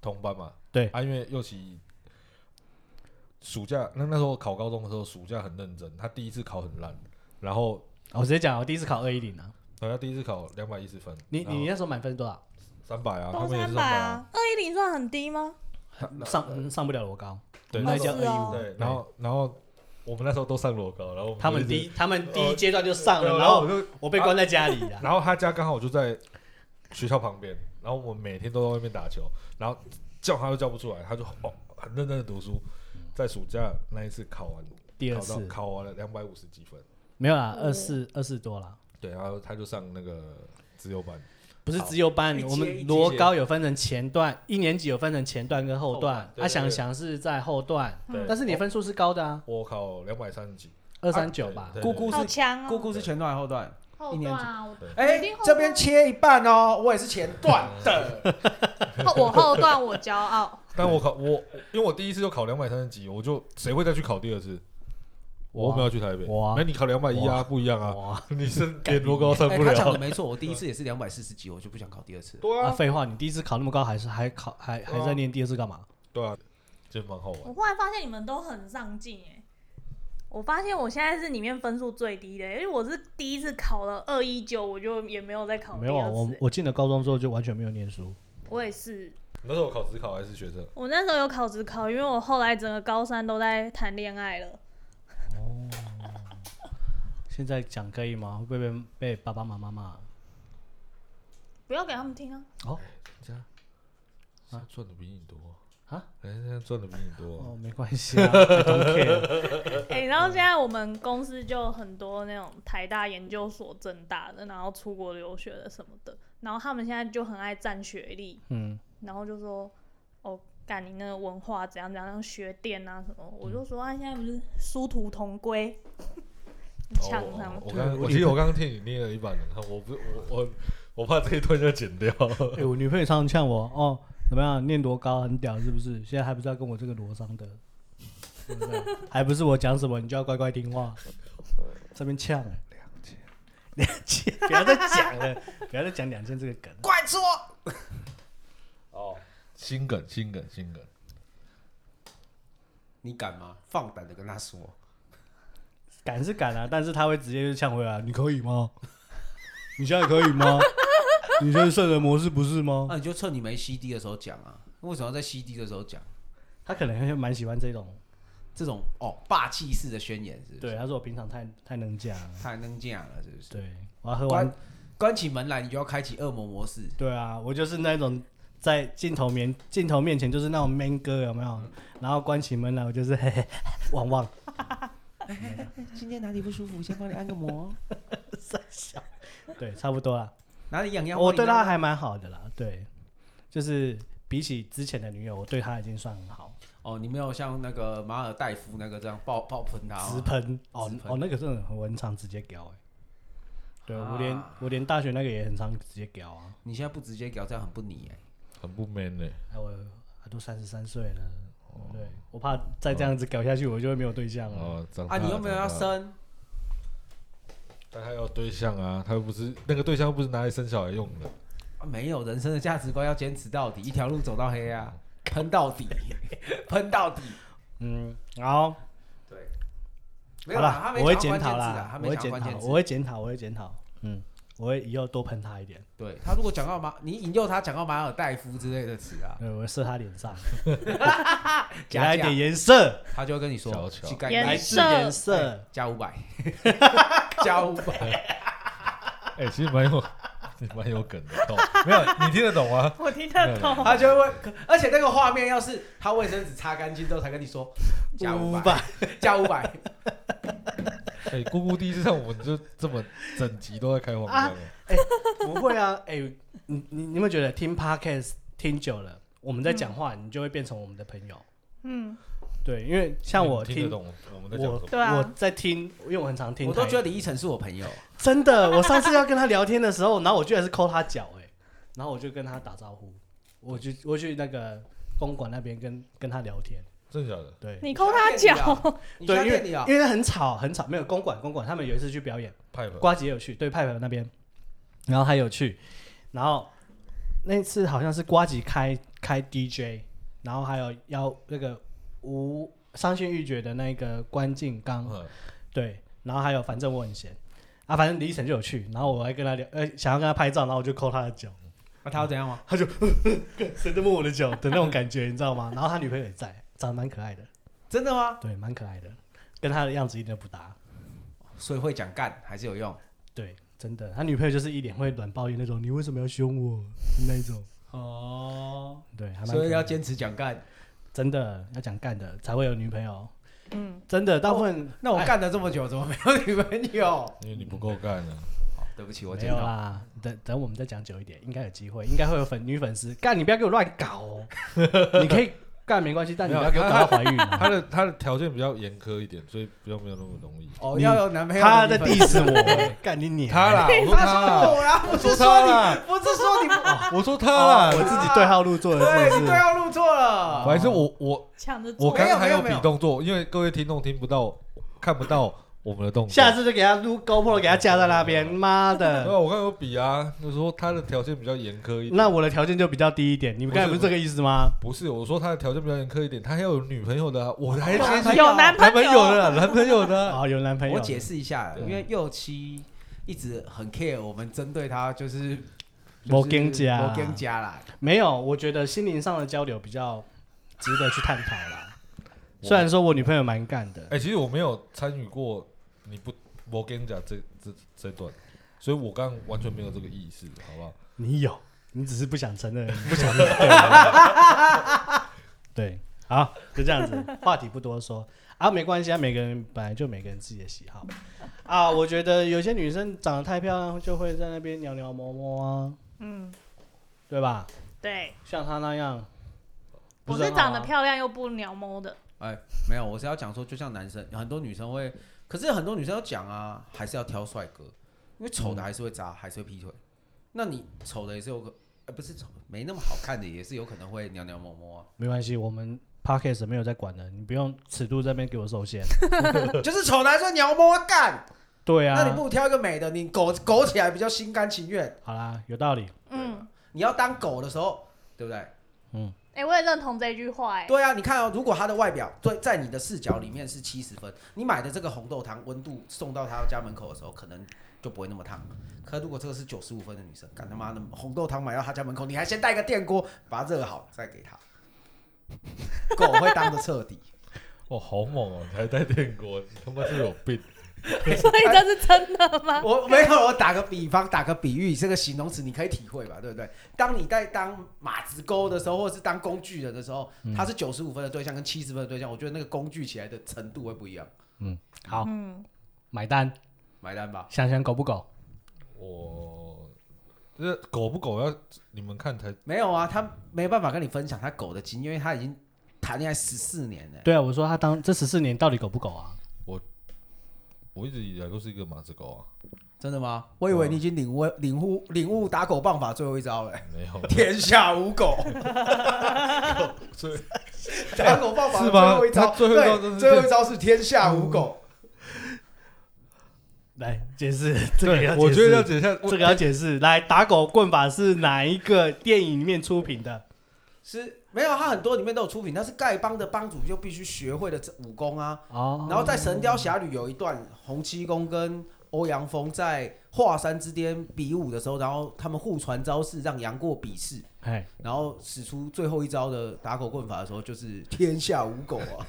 Speaker 2: 同班嘛，
Speaker 1: 对
Speaker 2: 啊，因为右奇暑假那那时候考高中的时候，暑假很认真，他第一次考很烂，然后
Speaker 1: 我直接讲，我第一次考二一零啊，
Speaker 2: 好像第一次考两百一十分，
Speaker 1: 你你那时候满分是多少？
Speaker 2: 三百啊，他
Speaker 4: 都
Speaker 2: 们也是
Speaker 4: 三
Speaker 2: 三
Speaker 4: 百
Speaker 2: 百
Speaker 4: 啊，二一零算很低吗？
Speaker 1: 上嗯上不了罗高，
Speaker 2: 呃对，
Speaker 1: 我们那
Speaker 2: 那
Speaker 1: 一届
Speaker 4: 哦是哦
Speaker 1: 二一
Speaker 2: 对，然后然后我们那时候都上裸高，然后我
Speaker 1: 五，他们
Speaker 2: 就
Speaker 1: 第
Speaker 2: 一直
Speaker 1: 一他们第一阶段就上
Speaker 2: 对
Speaker 1: 了，然
Speaker 2: 然后我
Speaker 1: 后
Speaker 2: 就啊
Speaker 1: 我被关在家里啊的。
Speaker 2: 然后他家刚好就在学校旁边，然后我们每天都在外面打球，然后叫他都叫不出来，他就哦很认真的读书，在暑假那一次考完，
Speaker 1: 第二
Speaker 2: 考到
Speaker 1: 次
Speaker 2: 考完了两百五十几分，
Speaker 1: 没有啦，
Speaker 4: 哦
Speaker 1: 二四二四多啦，
Speaker 2: 对，然后他就上那个自由班，
Speaker 1: 不是自由班
Speaker 3: 一，阶
Speaker 1: 我
Speaker 3: 一阶
Speaker 1: 们罗高有分成前段，一年级有分成前段跟后
Speaker 2: 后段
Speaker 1: 段，
Speaker 2: 对
Speaker 1: 他
Speaker 2: 对
Speaker 1: 想
Speaker 2: 对
Speaker 1: 想是在后段，
Speaker 2: 对，
Speaker 1: 但是你分数是高的啊，
Speaker 2: 我考两百三十几，
Speaker 1: 二三九吧
Speaker 2: 啊对，对
Speaker 3: 姑姑
Speaker 4: 好
Speaker 3: 是
Speaker 4: 强
Speaker 3: 姑
Speaker 4: 哦、
Speaker 3: 姑
Speaker 1: 嗯
Speaker 3: 是前段还是后段？一
Speaker 4: 后
Speaker 3: 年级
Speaker 4: 啊，我
Speaker 3: 哎
Speaker 4: 一定后，段
Speaker 3: 这边切一半哦，我也是前段
Speaker 1: 嗯
Speaker 3: 的。
Speaker 4: 后我后段我骄傲，
Speaker 2: 但我考我因为我第一次就考两百三十几，我就谁会再去考第二次？我
Speaker 1: 哇
Speaker 2: 没有去台北，
Speaker 1: 哇
Speaker 2: 那你考两百一啊，
Speaker 1: 哇
Speaker 2: 不一样啊，
Speaker 1: 哇，
Speaker 2: 你是连罗高上
Speaker 3: 哎，
Speaker 2: 不
Speaker 3: 他讲的
Speaker 2: 了。
Speaker 3: 没错，我第一次也是两百四十几，我就不想考第二次。
Speaker 2: 对
Speaker 1: 啊
Speaker 2: 啊，
Speaker 1: 废话，你第一次考那么高，还是还考还
Speaker 2: 对啊
Speaker 1: 还在念第二次干嘛？
Speaker 2: 对啊，就蛮好玩的。
Speaker 4: 我忽然发现你们都很上进哎、我发现我现在是里面分数最低的、因为我是第一次考了二一九，我就也没有再考第
Speaker 1: 没有啊，
Speaker 4: 二
Speaker 1: 我
Speaker 4: 次、
Speaker 1: 我进了高中之后就完全没有念书，
Speaker 4: 我也是，
Speaker 2: 那时候我考职考还是学生？
Speaker 4: 我那时候有考职考，因为我后来整个高三都在谈恋爱了。
Speaker 1: 哦现在讲可以吗？会不会被被爸爸妈妈骂？
Speaker 4: 不要给他们听啊！
Speaker 2: 这样啊，赚的比你多
Speaker 1: 啊？
Speaker 2: 人家赚的比你多，
Speaker 1: 哦，没关系啊，I don't care
Speaker 4: 哎、然后现在我们公司就很多那种台大研究所、政大的，然后出国留学的什么的，然后他们现在就很爱占学历，
Speaker 1: 嗯，
Speaker 4: 然后就说：“哦，干你那个文化怎样怎样，那个学店啊什么。”我就说：“啊，现在不是殊途同归， 呛
Speaker 2: 哦
Speaker 4: 他们。
Speaker 2: 我刚，我其实我刚刚听你捏了一把冷汗，我不，我我我怕这一段要剪掉。
Speaker 1: 哎、我女朋友常常呛我，哦，怎么样，念多高很屌是不是？现在还不是要跟我这个罗商的，对不对还不是我讲什么你就要乖乖听话，这边呛、欸， 两千，两千，不要再讲了，不要再讲两千这个梗，
Speaker 3: 快说，
Speaker 2: 哦，心梗，心梗，心梗。
Speaker 3: 你敢吗？放胆的跟他说。
Speaker 1: 敢是敢啊，但是他会直接就呛回来，你可以吗？你现在可以吗？你现在圣人模式不是吗？
Speaker 3: 那你就趁你没 CD 的时候讲啊，为什么要在 CD 的时候讲？
Speaker 1: 他可能还蛮喜欢这种
Speaker 3: 这种哦霸气式的宣言，是不是？
Speaker 1: 对，他说我平常太太能讲了，
Speaker 3: 太能讲了，是不是？
Speaker 1: 对我要喝完
Speaker 3: 关关起门来，你就要开启恶魔模式。
Speaker 1: 对啊，我就是那种在镜头面镜头面前就是那种 man 哥有没有？
Speaker 3: 嗯
Speaker 1: 然后关起门来，我就是 嘿嘿汪汪，
Speaker 3: 今天哪里不舒服，先帮你按个摩。
Speaker 1: 对，差不多啦。
Speaker 3: 哪里痒痒？
Speaker 1: 我对
Speaker 3: 帮你
Speaker 1: 他
Speaker 3: 按
Speaker 1: 还蛮好的啦，对，就是比起之前的女友，我对他已经算很好，
Speaker 3: 哦，你没有像那个马尔代夫那个这样爆爆喷他、
Speaker 1: 直
Speaker 3: 哦。
Speaker 1: 喷哦
Speaker 3: 直喷
Speaker 1: 哦，那个真的很很常直接屌哎、对我连
Speaker 3: 啊
Speaker 1: 我连大学那个也很常直接屌啊，
Speaker 3: 你现在不直接聊，这样很不你哎、
Speaker 2: 很不 man 欸呢、
Speaker 1: 哎我我都三十三岁了，对我怕再这样子屌下去，我就会没有对象了。
Speaker 2: 哦，长大
Speaker 3: 啊，你
Speaker 2: 了
Speaker 3: 又没有要
Speaker 2: 长大了
Speaker 3: 生，
Speaker 2: 但他要对象啊，他又不是那个对象，又不是拿来生小孩用的。
Speaker 3: 啊没有人生的价值观要坚持到底，一条路走到黑啊， 喷到底，喷到底。
Speaker 1: 嗯，然后
Speaker 3: 对，
Speaker 1: 好
Speaker 3: 没有
Speaker 1: 啦
Speaker 3: 啦，他没
Speaker 1: 我会
Speaker 3: 讲
Speaker 1: 检
Speaker 3: 到关键
Speaker 1: 讨
Speaker 3: 字
Speaker 1: 啦
Speaker 3: 啊，他
Speaker 1: 我
Speaker 3: 没
Speaker 1: 会
Speaker 3: 讲
Speaker 1: 检
Speaker 3: 到关
Speaker 1: 讨，
Speaker 3: 键字
Speaker 1: 我。会检讨，我会检讨，嗯，我会以后多喷他一点，
Speaker 3: 对他如果讲到马，你引诱他讲到马尔代夫之类的词啊，
Speaker 1: 对，我会射他脸 上，给
Speaker 3: 加
Speaker 1: 他一
Speaker 3: 价
Speaker 1: 点，颜色，
Speaker 3: 他就会跟你说
Speaker 2: 小巧
Speaker 3: 膝盖
Speaker 4: 颜
Speaker 1: 来
Speaker 3: 来
Speaker 1: 自
Speaker 4: 色
Speaker 1: 颜色。
Speaker 3: 哎加五百， 加五百，
Speaker 2: 哎、 其实蛮有蛮有梗的，靠没有你听得懂吗？
Speaker 4: 我听得懂。
Speaker 3: 他就会问，而且那个画面要是他卫生纸擦干净之后才跟你 说加五百， 加五百，
Speaker 2: 哎、姑姑第一次上，我们就这么整集都在开黄腔、哎
Speaker 1: 不会啊，哎、你你你有没有觉得听 podcast 听久了，我们在讲
Speaker 3: 嗯
Speaker 1: 话，你就会变成我们的朋友？
Speaker 4: 嗯，
Speaker 1: 对，因为像我听
Speaker 2: 你嗯听得，懂我们在讲
Speaker 1: 我
Speaker 2: 什么。
Speaker 4: 对啊
Speaker 1: 我在听，因为我很常听台语，
Speaker 3: 我都觉得李依晨是我朋友，
Speaker 1: 真的。我上次要跟他聊天的时候，然后我居然是抠他脚，哎，然后我就跟他打招呼，我去我去那个公馆那边跟跟他聊天，
Speaker 2: 真的假的？
Speaker 1: 对。
Speaker 4: 你抠他脚，
Speaker 3: 你去
Speaker 1: 对，
Speaker 3: 他
Speaker 1: 因为
Speaker 3: 店里啊，
Speaker 1: 因为很吵很吵，没有公馆公馆，他们有一次去表演，
Speaker 2: 派粉
Speaker 1: 瓜姐有去，对派朋那边，然后还有去，然后那次好像是瓜姐开开 DJ，然后还有邀那个无伤心欲绝的那个关敬刚，
Speaker 2: 嗯
Speaker 1: 对，然后还有反正我很闲啊，反正李依晨就有去，然后我还跟他聊，呃，想要跟他拍照，然后我就抠他的脚，
Speaker 3: 那啊他要怎样吗？
Speaker 1: 他就谁在摸我的脚的那种感觉，你知道吗？然后他女朋友也在，长得蛮可爱的，
Speaker 3: 真的吗？
Speaker 1: 对，蛮可爱的，跟他的样子一点都不搭。
Speaker 3: 所以会讲干还是有用。
Speaker 1: 对，真的，他女朋友就是一脸会软抱怨那种，你为什么要凶我那一种。
Speaker 3: 哦，
Speaker 1: 对，还蛮
Speaker 3: 所以要
Speaker 1: 可爱的
Speaker 3: 坚持讲干。
Speaker 1: 真的要讲干的才会有女朋友，
Speaker 4: 嗯，
Speaker 1: 真的大部分
Speaker 3: 哦
Speaker 1: 哎
Speaker 3: 那我干了这么久，怎么没有女朋友？
Speaker 2: 因为你不够干啊。
Speaker 3: 好哦对不起，我
Speaker 1: 没
Speaker 3: 捡
Speaker 1: 有
Speaker 3: 到。
Speaker 1: 啦。等等，我们再讲久一点，应该有机会，应该会有粉女粉丝。干，你不要给我乱搞哦，你可以干没关系，但你不要给我搞到怀孕
Speaker 2: 他
Speaker 1: 哦。
Speaker 2: 的他的条件比较严苛一点，所以比较没有那么容易。
Speaker 3: 哦，
Speaker 1: 你
Speaker 3: 要有男朋友。
Speaker 1: 他
Speaker 3: 的
Speaker 1: 在
Speaker 3: 女朋友
Speaker 1: diss 我，干你你
Speaker 2: 他啦，我说
Speaker 3: 他
Speaker 2: 他
Speaker 3: 说
Speaker 2: 啦，
Speaker 3: 我啦，不
Speaker 2: 我
Speaker 3: 是
Speaker 2: 说
Speaker 3: 说
Speaker 2: 他
Speaker 3: 你，
Speaker 2: 啦，
Speaker 3: 不是说你不，
Speaker 2: 我说他
Speaker 1: 哦
Speaker 2: 啦
Speaker 1: 我，自己对号入座了，
Speaker 3: 对，
Speaker 1: 是
Speaker 3: 是
Speaker 1: 不是
Speaker 3: 对？号入座了。
Speaker 2: 还是我我
Speaker 4: 抢着做
Speaker 2: 我刚刚还
Speaker 3: 没有
Speaker 2: 有
Speaker 3: 没
Speaker 2: 比
Speaker 3: 有
Speaker 2: 动作，因为各位听众听不到看不到我们的动作。
Speaker 1: 下次就给他撸 GoPro 给他架在那边，妈
Speaker 2: 对
Speaker 1: 的。
Speaker 2: 啊，我刚刚有比啊，就说他的条件比较严苛一点。
Speaker 1: 那我的条件就比较低一点，你们刚才不是这个意思吗？
Speaker 2: 不是，我说他的条件比较严苛一点，他要有女朋友的、啊，我还
Speaker 3: 男朋
Speaker 2: 男
Speaker 3: 友
Speaker 4: 有哦男
Speaker 2: 朋
Speaker 4: 朋
Speaker 2: 友的、啊，男朋友的、啊。
Speaker 1: 啊，有男朋友。
Speaker 3: 我解释一下，
Speaker 2: 对
Speaker 3: 因为右七一直很 care 我们针对他就是
Speaker 1: 没跟家
Speaker 3: 我跟家啦，
Speaker 1: 没有，我觉得心灵上的交流比较值得去探讨啦。虽然说我女朋友蛮干的，
Speaker 2: 哎、其实我没有参与过，你不，我跟你讲这这这段，所以我刚刚完全没有这个意识，好不好？
Speaker 1: 你有，你只是不想承认，不想对，好，就这样子，话题不多说啊，没关系啊，每个人本来就每个人自己的喜好啊。我觉得有些女生长得太漂亮，就会在那边扭扭摸摸啊，
Speaker 4: 嗯，
Speaker 1: 对吧？
Speaker 4: 对，
Speaker 1: 像她那样，不啊
Speaker 4: 我
Speaker 1: 是
Speaker 4: 是
Speaker 1: 很好
Speaker 4: 长得
Speaker 2: 啊
Speaker 1: 吗
Speaker 4: 漂亮又不鸟猫的，
Speaker 3: 哎，没有，我是要讲说，就像男生，很多女生会，可是很多女生要讲啊，还是要挑帅哥，因为丑的还是会
Speaker 1: 嗯
Speaker 3: 渣，还是会劈腿。那你丑的也是有可，呃、不是丑，没那么好看的也是有可能会扭扭摸啊 摸、
Speaker 1: 没关系，我们 podcast 没有在管的，你不用尺度这边给我受限。
Speaker 3: 啊，就是丑的还是会扭摸干。
Speaker 1: 对啊，
Speaker 3: 那你不如挑一个美的，你狗狗起来比较心甘情愿。
Speaker 1: 好啦，有道理。
Speaker 4: 嗯，
Speaker 3: 你要当狗的时候，对不对？
Speaker 4: 哎、我也认同这句话、哎，
Speaker 3: 对啊，你看哦，如果他的外表对在你的视角里面是七十分，你买的这个红豆汤温度送到他家门口的时候，可能就不会那么烫。可如果这个是九十五分的女生，干他妈的红豆汤买到他家门口，你还先带个电锅把它热好再给他，狗会当的彻底。
Speaker 2: 哦，好猛哦，你还带电锅，你他妈是有病。
Speaker 4: 所以这是真的 吗？
Speaker 3: 我没有，我打个比方，打个比喻，这个形容词你可以体会吧，对不对？当你在当马子钩的时候，或者是当工具人的时候，他是九十五分的对象跟七十分的对象，我觉得那个工具起来的程度会不一样。
Speaker 2: 哦
Speaker 1: 好，
Speaker 4: 嗯，
Speaker 1: 买单，
Speaker 3: 买单吧，
Speaker 1: 想想狗不狗？
Speaker 2: 我这狗不狗要你们看才
Speaker 3: 没有啊，他没办法跟你分享他狗的经验，因为他已经谈恋爱十四年了。
Speaker 1: 对啊，我说他当这十四年到底狗不狗啊？
Speaker 2: 我一直以来都是一个马子狗啊，
Speaker 3: 真的吗？我以
Speaker 2: 嗯
Speaker 3: 为你已经领悟领悟领悟打狗棒法最后一招了，
Speaker 2: 没有
Speaker 3: 天下无 狗。
Speaker 2: 所以
Speaker 3: 打狗棒法
Speaker 2: 是
Speaker 3: 的
Speaker 2: 吗
Speaker 3: 最后一招，
Speaker 2: 他最后一招真是嗯
Speaker 3: 对，最后一招是天下无狗。
Speaker 1: 来解释， 这个要
Speaker 2: 对，我觉得要
Speaker 1: 解
Speaker 2: 解一下
Speaker 1: 释这个要解释。来，打狗棍法是哪一个电影里面出品的？
Speaker 3: 是没有，啊他很多里面都有出品，但是丐帮的帮主就必须学会的这武功啊。
Speaker 1: 哦
Speaker 3: 然后在《神雕侠侣》有一段，洪七公跟欧阳锋在华山之巅比武的时候，然后他们互传招式，让杨过比试，
Speaker 1: 哎，
Speaker 3: 然后使出最后一招的打狗棍法的时候，就是天下无狗啊。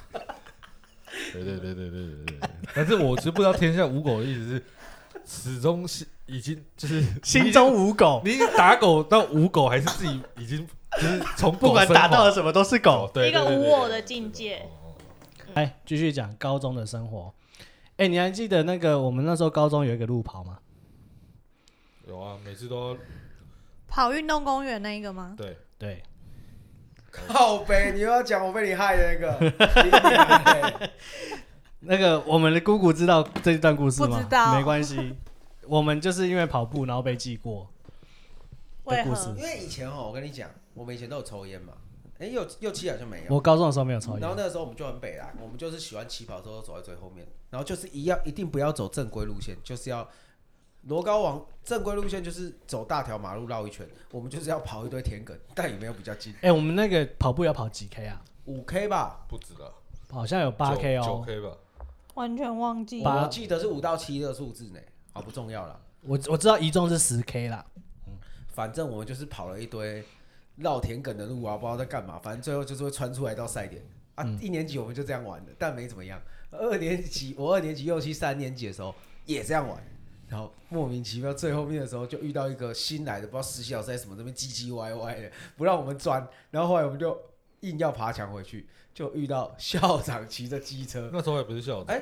Speaker 2: 对对对对对对对对。但是我其实不知道天下无狗的意思是，始终是已经就是
Speaker 1: 心中无狗，
Speaker 2: 你已经打狗到无狗，还是自己已经就是从狗
Speaker 1: 不管打到
Speaker 2: 升
Speaker 1: 了什么都是
Speaker 2: 华
Speaker 1: 狗。
Speaker 2: 对
Speaker 4: 哦一个
Speaker 2: 对对
Speaker 4: 无
Speaker 2: 对
Speaker 4: 我
Speaker 2: 对
Speaker 4: 的
Speaker 2: 对
Speaker 4: 境界
Speaker 2: 哦哦
Speaker 1: 哎，继续讲高中的生活。哎，你还记得那个我们那时候高中有一个路跑吗？
Speaker 2: 有啊，每次都要
Speaker 4: 跑运动公园那一个吗？
Speaker 2: 对。
Speaker 1: 对，
Speaker 3: 靠北，你又要讲我被你害的那 个，
Speaker 1: 那个我们的姑姑知道这一段故事吗？
Speaker 4: 不知道
Speaker 1: 没关系。我们就是因为跑步，然后被记过。
Speaker 4: 为
Speaker 1: 故事
Speaker 4: 何？
Speaker 3: 因为以前哦，我跟你讲，我们以前都有抽烟嘛，哎、又又七好像没有。
Speaker 1: 我高中的时候没有抽
Speaker 3: 然后
Speaker 1: 烟，
Speaker 3: 那个时候我们就很北啦，我们就是喜欢起跑的时候走在最后面，然后就是一样一定不要走正规路线，就是要罗高往正规路线就是走大条马路绕一圈，我们就是要跑一堆田埂，但也没有比较近，
Speaker 1: 哎，我们那个跑步要跑几 K 啊？
Speaker 3: 五 K 吧，
Speaker 2: 不止了，
Speaker 1: 好像有八 K
Speaker 2: 九
Speaker 1: 哦。
Speaker 2: K 吧，
Speaker 4: 完全忘记。
Speaker 1: 八
Speaker 3: 我记得是五到七的数字呢，好不重要啦，
Speaker 1: 我我知道一中是十 K 啦，
Speaker 3: 反正我们就是跑了一堆绕田埂的路啊，不知道在干嘛，反正最后就是会穿出来到赛点啊。一年级我们就这样玩的，但没怎么样。二年级我二年级又去三年级的时候也这样玩，然后莫名其妙最后面的时候就遇到一个新来的，不知道实习老师还是什么，这边唧唧歪歪的不让我们钻，然后后来我们就硬要爬墙回去，就遇到校长骑着机车。
Speaker 2: 那时候还不是校长，
Speaker 3: 哎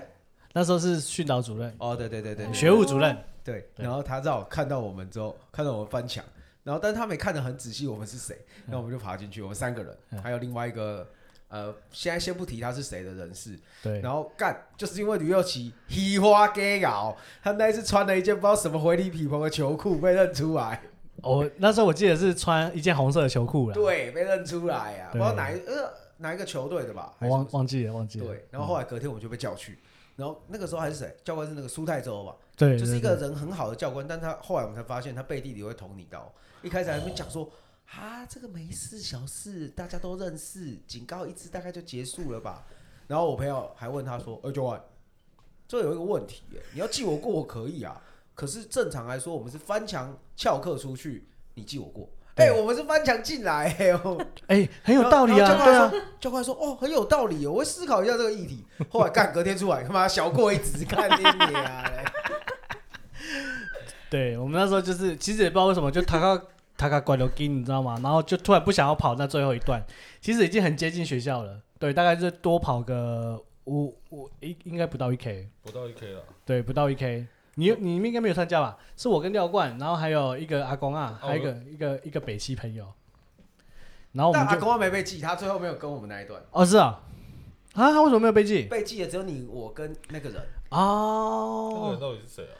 Speaker 1: 那时候是训导主任、
Speaker 3: 哦，对对对对，对
Speaker 1: 学务主任，
Speaker 3: 对，
Speaker 1: 对
Speaker 3: 然后他让我看到我们之后，看到我们翻墙，然后但是他没看得很仔细，我们是谁，
Speaker 1: 嗯
Speaker 3: 那我们就爬进去，我们三个人，还有另外一个呃，现在先不提他是谁的人士，
Speaker 1: 对，
Speaker 3: 然后干就是因为吕又奇黑花 gay 搞，他那一次穿了一件不知道什么回力匹蓬的球裤被认出来，
Speaker 1: 我那时候我记得是穿一件红色的球裤了，
Speaker 3: 对，被认出来啊，不
Speaker 1: 对
Speaker 3: 知道哪一呃哪一个球队的吧，还
Speaker 1: 我
Speaker 3: 是
Speaker 1: 忘忘记了忘记了，嗯
Speaker 3: 对，然后后来隔天我们就被叫去。然后那个时候还是谁教官是那个苏泰州吧，
Speaker 1: 对，
Speaker 3: 就是一个
Speaker 1: 对
Speaker 3: 人很好的教官，但他后来我们才发现他背地里会捅你刀。一开始还没讲
Speaker 1: 哦
Speaker 3: 说啊，这个没事，小事，大家都认识，警告一次大概就结束了吧。然后我朋友还问他说：“哎、教官，这有一个问题耶，你要记我过我可以啊，可是正常来说我们是翻墙翘课出去，你记我过。”哎、
Speaker 1: 对
Speaker 3: 我们是翻墙进来、哎呦
Speaker 1: 哎很有道理
Speaker 3: 然后
Speaker 1: 啊，对啊，
Speaker 3: 教官说：“哦，很有道理哦，我会思考一下这个议题。”后来干隔天出来，他妈小过一指，干你啊！
Speaker 1: 对我们那时候就是其实也不知道为什么就他 到他到拐流金，你知道吗？然后就突然不想要跑那最后一段，其实已经很接近学校了，对，大概就多跑个五五应应该不到一 K，
Speaker 2: 不到一 K 啊了。
Speaker 1: 对，不到一 K。你你应该没有参加吧？是我跟廖冠，然后还有一个阿公啊，还有一个一个一个北西朋友，然后我
Speaker 3: 但
Speaker 1: 们
Speaker 3: 阿
Speaker 1: 就
Speaker 3: 公阿没被记，他最后没有跟我们那一段。
Speaker 1: 哦，是啊，啊，他为什么没有被记？
Speaker 3: 被记的只有你我跟那个
Speaker 2: 那
Speaker 3: 人，
Speaker 2: 个人
Speaker 1: 哦，
Speaker 2: 到底是谁啊？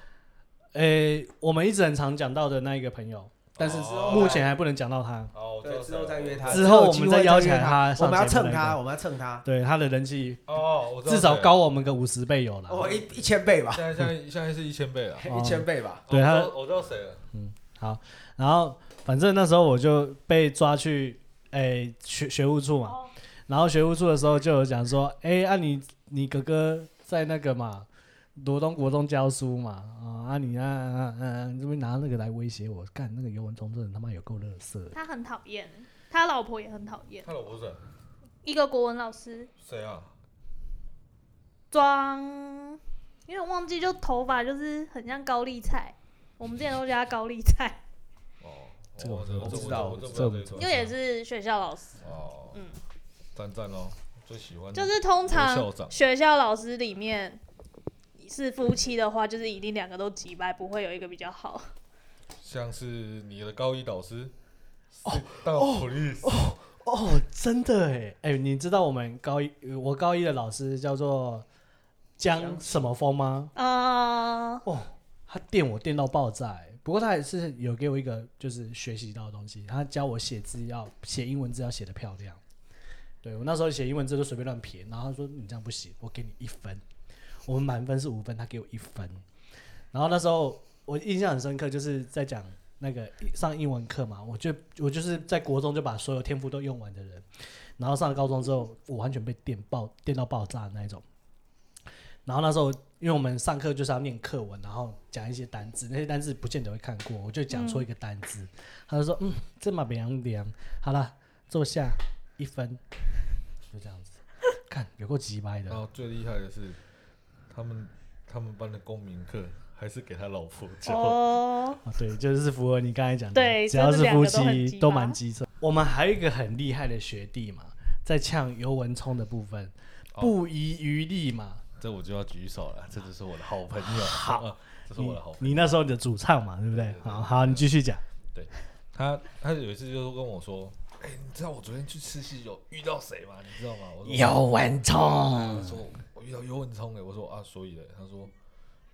Speaker 1: 诶，我们一直很常讲到的那一个朋友，但是
Speaker 2: 哦
Speaker 3: 之后
Speaker 1: 目前还不能讲到他。
Speaker 2: 哦，我知
Speaker 3: 对，
Speaker 2: 道
Speaker 3: 之后
Speaker 2: 谁
Speaker 3: 再
Speaker 2: 了
Speaker 3: 约他，
Speaker 1: 之后我们
Speaker 3: 之有机会
Speaker 1: 再
Speaker 3: 再
Speaker 1: 邀请
Speaker 3: 约
Speaker 1: 他
Speaker 3: 我
Speaker 1: 上
Speaker 3: 们要
Speaker 1: 节目
Speaker 3: 蹭
Speaker 1: 那
Speaker 3: 他，
Speaker 1: 个
Speaker 3: 我们要蹭他，
Speaker 1: 对，他的人气
Speaker 2: 哦，我知道
Speaker 1: 至少
Speaker 2: 谁了
Speaker 1: 高我们个五十倍有
Speaker 3: 哦
Speaker 1: 了。
Speaker 3: 一一千倍吧，
Speaker 2: 现在现在现在是一千倍了。
Speaker 1: 哦
Speaker 3: 一千倍吧，
Speaker 1: 对他
Speaker 2: 哦我知道我知道谁了。
Speaker 1: 好，然后反正那时候我就被抓去诶学学务处嘛，然后学务处的时候就有讲说，诶，啊你你哥哥在那个嘛罗东国中教书嘛，啊啊你啊啊啊啊你这边拿那个来威胁我，干那个尤文忠真的他妈有够乐色的。
Speaker 4: 他很讨厌，他老婆也很讨厌，
Speaker 2: 他老婆是谁
Speaker 4: 一个国文老师，
Speaker 2: 谁啊？
Speaker 4: 装，因为我忘记就头发就是很像高丽菜，我们之前都叫它高丽 菜，
Speaker 2: 哦，
Speaker 1: 这个
Speaker 2: 哦
Speaker 1: 我不
Speaker 2: 这
Speaker 3: 知道
Speaker 2: 我
Speaker 1: 这个
Speaker 2: 我
Speaker 1: 我
Speaker 2: 这
Speaker 1: 不
Speaker 2: 个
Speaker 4: 因为也是学校老师，
Speaker 2: 哦，
Speaker 4: 嗯，
Speaker 2: 赞赞哦，最喜欢
Speaker 4: 就是通
Speaker 2: 有校
Speaker 4: 常
Speaker 2: 长
Speaker 4: 学校老师里面是夫妻的话，就是一定两个都击败，不会有一个比较好。
Speaker 2: 像是你的高一导师，哦，到普利斯
Speaker 1: 哦，真的哎哎，你知道我们高一呃我高一的老师叫做江什么峰吗？
Speaker 4: 哦嗯，
Speaker 1: 哦，他电我电到爆炸欸，不过他还是有给我一个就是学习到的东西，他教我写字要写英文字要写的漂亮。对我那时候写英文字都随便乱撇，然后他说你这样不行，我给你一分。我们满分是五分，他给我一分。然后那时候我印象很深刻，就是在讲那个上英文课嘛，我就我就是在国中就把所有天赋都用完的人，然后上了高中之后，我完全被电爆电到爆炸的那一种。然后那时候，因为我们上课就是要念课文，然后讲一些单字，那些单字不见得会看过，我就讲错一个单字，他就说：“嗯，这么凉凉，好了，坐下，一分。”就这样子，看有够急掰的
Speaker 2: 然。后哦最厉害的是，他们他们班的公民课还是给他老婆教，
Speaker 4: 哦，
Speaker 1: 啊，对，就是符合你刚才讲的，
Speaker 4: 对
Speaker 1: 只要
Speaker 4: 真
Speaker 1: 是
Speaker 4: 的
Speaker 1: 夫
Speaker 4: 两个都很
Speaker 1: 妻
Speaker 4: 鸡
Speaker 1: 都
Speaker 4: 巴
Speaker 1: 蛮机车。我们还有一个很厉害的学弟嘛，在呛尤文聪的部分，
Speaker 2: 哦
Speaker 1: 不遗余力嘛。
Speaker 2: 这我就要举手了，这就是我的好朋友，
Speaker 1: 好
Speaker 2: 啊，这是我的好朋友。
Speaker 1: 你你那时候你的主唱嘛，对不对
Speaker 2: 对？对
Speaker 1: 好
Speaker 2: 对
Speaker 1: 好，你继续讲。
Speaker 2: 他他有一次就是跟我说，哎、你知道我昨天去吃戏有遇到谁吗？你知道吗？我说
Speaker 1: 尤文
Speaker 2: 我
Speaker 1: 聪，
Speaker 2: 说我遇到尤文聪哎，我说啊，所以嘞，他说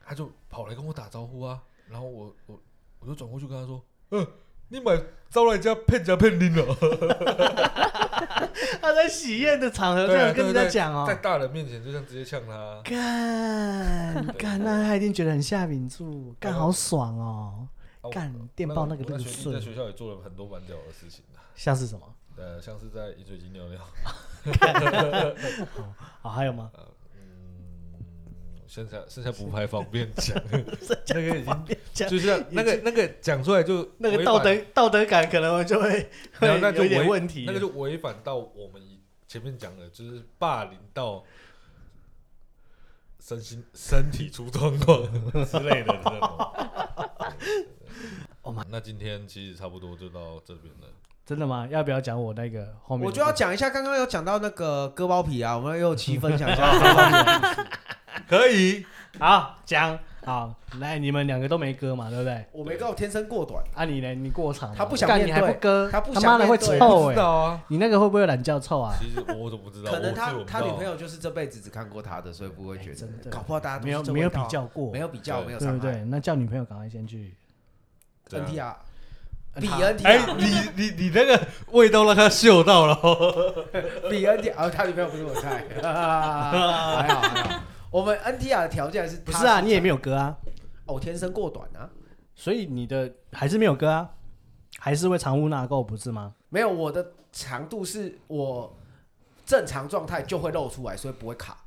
Speaker 2: 他就跑来跟我打招呼啊，然后我我我就转过去跟他说，嗯、你买招来家骗家骗你了，
Speaker 1: 他在喜宴的场合这
Speaker 2: 对啊
Speaker 1: 样跟人
Speaker 2: 对
Speaker 1: 家
Speaker 2: 对
Speaker 1: 讲哦
Speaker 2: 在，大人面前就像直接呛他，啊
Speaker 1: 干干，那他一定觉得很下敏住，干好爽哦，
Speaker 2: 啊我
Speaker 1: 干电报那
Speaker 2: 啊那
Speaker 1: 个
Speaker 2: 我
Speaker 1: 路
Speaker 2: 学弟在
Speaker 1: 顺，
Speaker 2: 学校也做了很多蛮屌的事情啊，
Speaker 1: 像是什么？
Speaker 2: 呃，像是在饮水机尿尿，
Speaker 1: 好，还有吗？
Speaker 2: 嗯，剩下剩下不太方便讲，
Speaker 1: 这个 已
Speaker 2: 呃
Speaker 1: 经
Speaker 2: 就像那个那个讲出来就
Speaker 1: 那个
Speaker 2: 违
Speaker 1: 道
Speaker 2: 反
Speaker 1: 德道德感可能就会会
Speaker 2: 然后那就
Speaker 1: 有一点
Speaker 2: 违
Speaker 1: 问题，
Speaker 2: 那个就违反到我们以前面讲的，就是霸凌到身心身体出状 况之类的这种。
Speaker 1: Oh
Speaker 2: 那今天其实差不多就到 这边了。
Speaker 1: 真的吗？要不要讲我那个后面？
Speaker 3: 我就要讲一下，刚刚有讲到那个割包皮啊，我们又七分享 一下割包皮的故事。
Speaker 2: 可以，
Speaker 1: 好讲好，来你们两个都没割嘛，对不对？
Speaker 3: 我没跟我天生过短，
Speaker 1: 啊，你呢？你过场嘛，
Speaker 3: 他不想
Speaker 1: 干
Speaker 3: 面
Speaker 1: 你还
Speaker 3: 对
Speaker 1: 不割，
Speaker 3: 他
Speaker 1: 他
Speaker 3: 不
Speaker 1: 妈
Speaker 3: 想
Speaker 1: 的
Speaker 3: 面
Speaker 1: 会
Speaker 3: 对
Speaker 1: 臭
Speaker 2: 知
Speaker 1: 哎，
Speaker 2: 道啊。
Speaker 1: 你那个会不会有懒觉臭啊？
Speaker 2: 其实我都不知道，
Speaker 3: 可能
Speaker 2: 我
Speaker 3: 他
Speaker 2: 自己我不知
Speaker 3: 他
Speaker 2: 道啊
Speaker 3: 女朋友就是这辈子只看过他的，所以不会觉得
Speaker 1: 哎真。的
Speaker 3: 搞不好大家都
Speaker 1: 没有
Speaker 3: 是这
Speaker 1: 没有
Speaker 3: 味道
Speaker 1: 比
Speaker 3: 啊，
Speaker 1: 较过，
Speaker 3: 没有比较，
Speaker 2: 对
Speaker 3: 没有
Speaker 1: 对
Speaker 3: 伤
Speaker 1: 不
Speaker 3: 害。
Speaker 1: 对？那叫女朋友赶快先去
Speaker 3: N T
Speaker 2: 对
Speaker 3: R
Speaker 1: 嗯
Speaker 3: 比
Speaker 1: 好
Speaker 3: N T
Speaker 2: 哎、
Speaker 3: R
Speaker 2: 你你你那个味道让他嗅到了哦，
Speaker 3: 比 N T R，他女朋友不是我菜，还 好还好。我们 N T R 的条件是
Speaker 1: 不是啊？你也没
Speaker 3: 有
Speaker 1: 有割啊，
Speaker 3: 哦，天生过短啊，
Speaker 1: 所以你的还是没有割啊，还是会藏污纳垢，不是吗？
Speaker 3: 没有我的长度是我正常状态就会露出来，所以不会卡。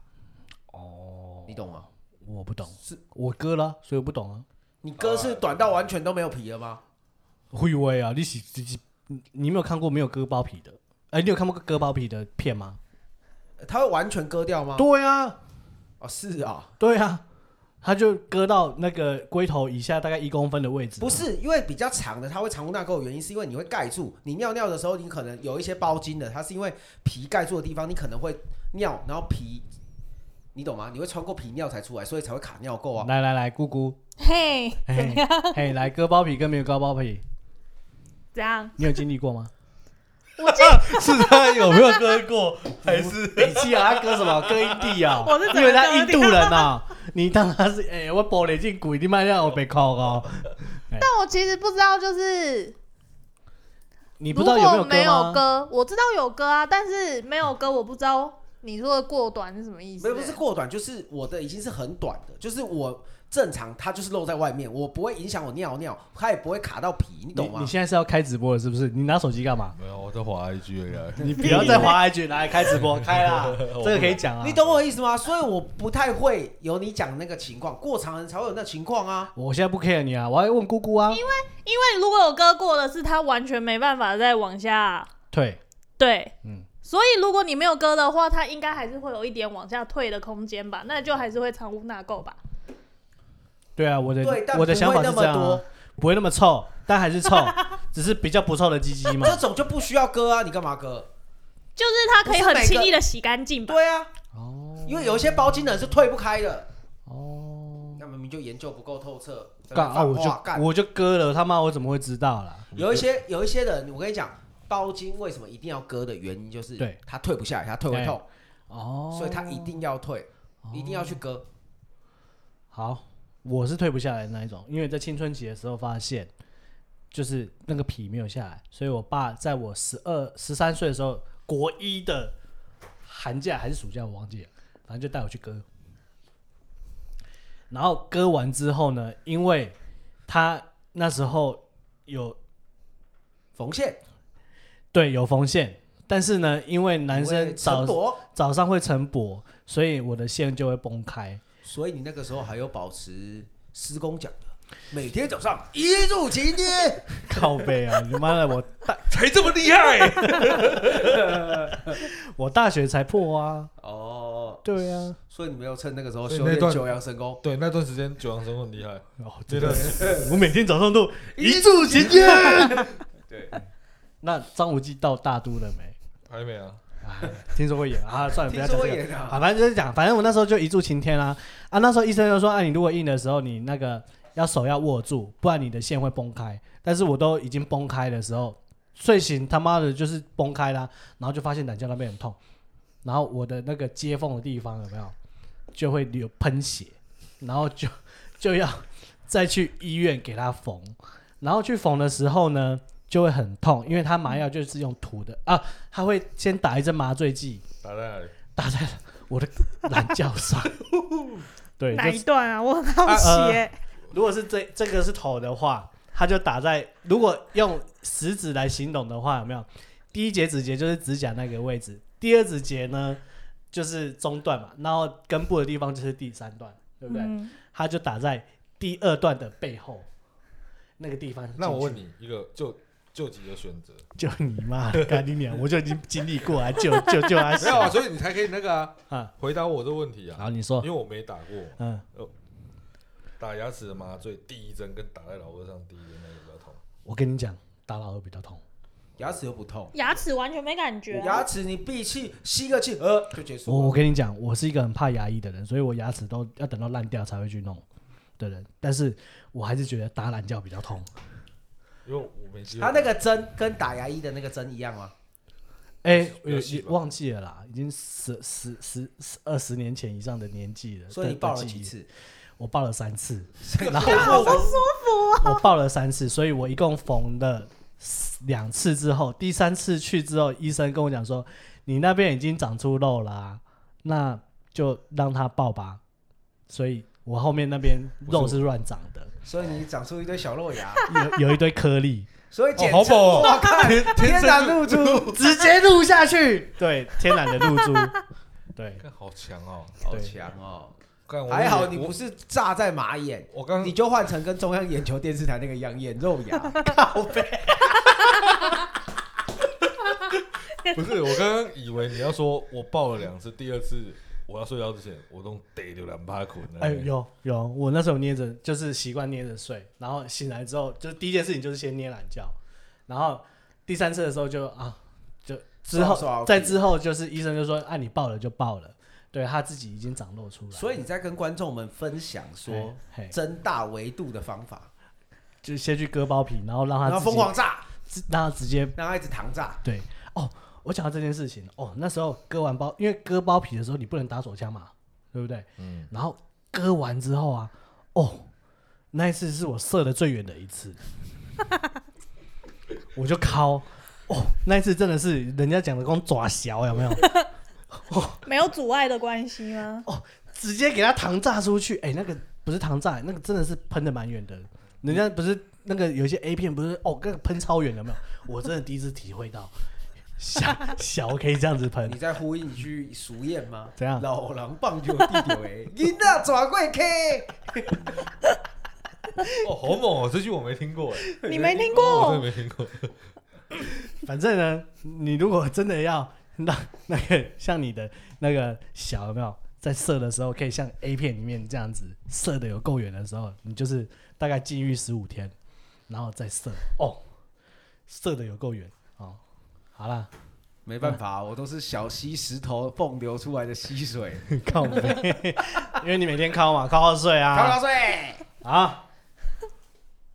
Speaker 3: 哦，你懂吗？
Speaker 1: 我不懂，
Speaker 3: 是
Speaker 1: 我割了，所以我不懂啊。
Speaker 3: 你哥是短到完全都没有皮了吗？
Speaker 1: 会威啊，你是你是你你没有看过没有割包皮的？哎、你有看过割包皮的片吗？
Speaker 3: 他会完全割掉吗？
Speaker 1: 对啊，
Speaker 3: 哦，是啊、
Speaker 1: 对啊，他就割到那个龟头以下大概一公分的位置。
Speaker 3: 不是因为比较长的，它会藏污纳垢的原因是因为你会盖住，你尿尿的时候你可能有一些包巾的，它是因为皮盖住的地方，你可能会尿，然后皮，你懂吗？你会穿过皮尿才出来，所以才会卡尿垢啊。
Speaker 1: 来来来，姑 姑，
Speaker 4: 嘿，怎
Speaker 1: 嘿
Speaker 4: 么样？
Speaker 1: 嘿，来割包皮跟没有割包皮，
Speaker 4: 怎样？
Speaker 1: 你有经历过 吗？
Speaker 2: 是
Speaker 1: 啊
Speaker 2: 他有没有割过，还是
Speaker 1: 你气啊，他割什么？割印地啊、
Speaker 4: 我是怎么
Speaker 1: 因为他印度人啊、你当他是哎、我玻璃进鬼，你卖掉我被扣哦。
Speaker 4: 但我其实不知道，就是
Speaker 1: 你
Speaker 4: 如
Speaker 1: 不知
Speaker 4: 果
Speaker 1: 道有没有
Speaker 4: 没
Speaker 1: 割
Speaker 4: 有
Speaker 1: 吗？
Speaker 4: 割，我知道有割啊，但是没有割，我不知道你说的过短是什么意思、
Speaker 3: 没有不是过短，就是我的已经是很短的，就是我正常，它就是露在外面，我不会影响我尿尿，它也不会卡到皮，你懂
Speaker 1: 你
Speaker 3: 吗
Speaker 1: 你？现在是要开直播了是不是？你拿手机干嘛？
Speaker 2: 没有？我在滑 IG 而已啊。
Speaker 1: 你不要再滑 IG 来开直播，开啦， 这个可以讲啊。
Speaker 3: 你懂我意思吗？所以我不太会有你讲那个情况，过长人才会有那情况啊。
Speaker 1: 我现在不 care 你啊，我要问姑姑啊。
Speaker 4: 因为如果有割过的是，他完全没办法再往下。
Speaker 1: 对，
Speaker 4: 对，
Speaker 1: 嗯，
Speaker 4: 所以如果你没有割的话，它应该还是会有一点往下退的空间吧？那就还是会藏污纳垢吧？
Speaker 1: 对啊，我的
Speaker 3: 对，但
Speaker 1: 我的
Speaker 3: 不
Speaker 1: 想
Speaker 3: 会
Speaker 1: 法
Speaker 3: 那
Speaker 1: 是
Speaker 3: 么
Speaker 1: 这样、啊
Speaker 3: 多，
Speaker 1: 不会那么臭，但还是 臭，只是比较不臭的鸡鸡嘛。
Speaker 3: 这 种就不需要割啊，你干嘛割？
Speaker 4: 就是它可以很
Speaker 3: 不是每个
Speaker 4: 轻易的洗干净吧？
Speaker 3: 对啊，
Speaker 1: 哦
Speaker 3: 因为有一些包茎的人是退不开的，
Speaker 1: 哦，
Speaker 3: 那明明就研究不够透彻。在那
Speaker 1: 干啊，
Speaker 3: 边放
Speaker 1: 我
Speaker 3: 话干
Speaker 1: 就我就割了，他妈我怎么会知道啦？
Speaker 3: 有一些有一些人，我跟你讲，包茎为什么一定要割的原因就是，
Speaker 1: 对，哎
Speaker 3: 他退不下来，他退会
Speaker 1: 对
Speaker 3: 痛，
Speaker 1: 哦，
Speaker 3: 所以他一定要退，
Speaker 2: 哦
Speaker 3: 一定要去割。
Speaker 1: 好，我是退不下来的那一种，因为在青春期的时候发现，就是那个皮没有下来，所以我爸在我十二、十三岁的时候，国一的寒假还是暑假，我忘记了，反正就带我去割。然后割完之后呢，因为他那时候有
Speaker 3: 缝线，
Speaker 1: 对有缝线，但是呢，因为男
Speaker 3: 因
Speaker 1: 生
Speaker 3: 为
Speaker 1: 早
Speaker 3: 陈勃，
Speaker 1: 早上会晨勃，所以我的线就会崩开。
Speaker 3: 所以你那个时候还有保持施工讲的，每天早上一柱擎天，
Speaker 1: 靠背啊！你妈的，我 大
Speaker 2: 才这么厉害、
Speaker 1: 我大学才破啊！
Speaker 3: 哦，
Speaker 1: 对啊，
Speaker 3: 所以你没有趁那个时候
Speaker 2: 所以
Speaker 3: 修
Speaker 2: 那
Speaker 3: 炼
Speaker 2: 段
Speaker 3: 九阳神功，
Speaker 2: 对，那段时间九阳神功很厉害，
Speaker 1: 哦，
Speaker 2: 真
Speaker 1: 真
Speaker 2: 的
Speaker 1: 的，我每天早上都
Speaker 3: 一
Speaker 1: 一柱擎天。
Speaker 3: 对，
Speaker 1: 那张无忌到大都了没？
Speaker 2: 还没啊？
Speaker 1: 哎 听说会演 啊，算了，不
Speaker 3: 听
Speaker 1: 要
Speaker 3: 说
Speaker 1: 讲
Speaker 3: 会
Speaker 1: 这个。
Speaker 3: 演啊，
Speaker 1: 啊，反正就是讲，反正我那时候就一柱擎天啦、啊。那时候医生就说，啊，你如果硬的时候，你那个要手要握住，不然你的线会崩开。但是我都已经崩开的时候，睡醒他妈的就是崩开啦，然后就发现胆经那边很痛，然后我的那个接缝的地方有没有就会流喷血，然后就 就要再去医院给他缝，然后去缝的时候呢。就会很痛，因为他麻药就是用涂的啊，他会先打一针麻醉剂，
Speaker 2: 打在哪里？
Speaker 1: 打在我的懒觉 上。对，
Speaker 4: 哪
Speaker 1: 就
Speaker 4: 一
Speaker 1: 是
Speaker 4: 段啊？我很好
Speaker 1: 啊
Speaker 4: 奇、
Speaker 1: 呃
Speaker 4: 欸
Speaker 1: 如果是这这个是头的话，它就打在；如果用食指来形容的话，有没有？第一节指节就是指甲那个位置，第二指节呢就是中段嘛，然后根部的地方就是第三段，对不对？
Speaker 4: 嗯
Speaker 1: 它就打在第二段的背后那个地方。
Speaker 2: 那 我问
Speaker 1: 你，
Speaker 2: 你一个就救急的选择，
Speaker 1: 就你妈，干你娘！我就已经经历过啊，就就就啊，
Speaker 2: 没有啊，所以你才可以那个啊，
Speaker 1: 啊，
Speaker 2: 回答我这问题啊，
Speaker 1: 好，你
Speaker 2: 因
Speaker 1: 说，
Speaker 2: 为我没打过，
Speaker 1: 嗯，
Speaker 2: 打牙齿的麻醉第一针跟打在老二上第一针那个比较痛。
Speaker 1: 我跟你讲，打老二比较痛。
Speaker 3: 牙齿又不痛，
Speaker 4: 牙齿完全没感觉啊、
Speaker 3: 牙齿你闭气吸个气，呃，就结
Speaker 1: 我
Speaker 2: 哦
Speaker 3: 束
Speaker 1: 我
Speaker 3: 了。
Speaker 1: 跟你讲，我是一个很怕牙医的人，所以我牙齿都要等到烂掉才会去弄的人。但是我还是觉得打懒觉比较 痛。
Speaker 2: 因为我没机会。
Speaker 3: 他那个针跟打牙医的那个针一样吗？
Speaker 1: 哎、
Speaker 2: 不
Speaker 1: 有
Speaker 2: 要洗
Speaker 1: 有
Speaker 2: 吧
Speaker 1: 忘记了啦，已经十十十十二十年前以上的年纪了。
Speaker 3: 所以你
Speaker 1: 的
Speaker 3: 报了？
Speaker 1: 的
Speaker 3: 几
Speaker 1: 记忆
Speaker 3: 次？
Speaker 1: 我报了三次，
Speaker 3: 然后
Speaker 4: 好不舒服啊！
Speaker 1: 我报了三次，所以我一共缝了两次之后，第三次去之后，医生跟我讲说，你那边已经长出肉啦、那就让它爆吧。所以我后面那边肉是乱长 的，
Speaker 3: 所以你长出一堆小肉牙，
Speaker 1: 有有一堆颗粒。
Speaker 3: 所以简
Speaker 2: 哦好
Speaker 3: 称
Speaker 2: 饱哦
Speaker 3: 我看
Speaker 2: 天天
Speaker 3: 天然
Speaker 2: 生就
Speaker 3: 露珠，
Speaker 1: 直接录下去。对，天然的露珠。 对，
Speaker 2: 看好强哦！
Speaker 3: 好
Speaker 1: 对
Speaker 3: 强哦！
Speaker 2: 看我
Speaker 3: 还好你
Speaker 2: 我
Speaker 3: 不是炸在马眼，
Speaker 2: 我刚
Speaker 3: 你就换成跟中央眼球电视台那个杨眼肉 牙。
Speaker 2: 不是我刚刚以为你要说我爆了两次，第二次我要睡觉之前我都得流两趴捆了。
Speaker 1: 哎，有有，我那时候捏着，就是习惯捏着睡，然后醒来之后，就是第一件事情就是先捏懒觉，然后第三次的时候就啊，就之
Speaker 3: 刷刷
Speaker 1: 后
Speaker 3: ，OK
Speaker 1: 在之后就是医生就说，啊，你爆了就爆了，对他自己已经长露出来了，
Speaker 3: 所以你在跟观众们分享说
Speaker 1: 嘿，嘿
Speaker 3: 增大维度的方法，
Speaker 1: 就先去割包皮，然后让他
Speaker 3: 然后
Speaker 1: 自己
Speaker 3: 疯狂炸，
Speaker 1: 自让他直接
Speaker 3: 让他一直糖炸。
Speaker 1: 对哦，我讲到这件事情哦，那时候割完包，因为割包皮的时候你不能打手枪嘛，对不对？
Speaker 2: 嗯，
Speaker 1: 然后割完之后啊，哦，那一次是我射的最远的一次， 我就敲，哦，那一次真的是人家讲的光抓小有没有？
Speaker 4: 没有阻碍的关系 吗？
Speaker 1: 直接给他糖炸出去，哎、那个不是糖炸，那个真的是喷的蛮远的，人家不是那个有一些 A 片不是哦，那个喷超远有没有？我真的第一次体会到。小小可以这样子喷
Speaker 3: 你，在呼应一句俗谚吗？
Speaker 1: 怎样
Speaker 3: 老狼棒就地丢 哎，囡仔抓过 K，
Speaker 2: 哦，好猛哦！这句我没听过哎，
Speaker 4: 你没听
Speaker 2: 我真
Speaker 4: 过
Speaker 2: 的？没听过。
Speaker 1: 反正呢，你如果真的要那那个像你的那个小有没有在射的时候，可以像 A 片里面这样子射的有够远的时候，你就是大概禁欲十五天，然后再射哦，射的有够远哦。好啦，
Speaker 3: 没办法，我都是小溪石头缝流出来的溪水。
Speaker 1: 靠背， 因为你每天靠嘛，靠好睡
Speaker 3: 高高
Speaker 1: 啊，
Speaker 3: 睡，
Speaker 1: 啊，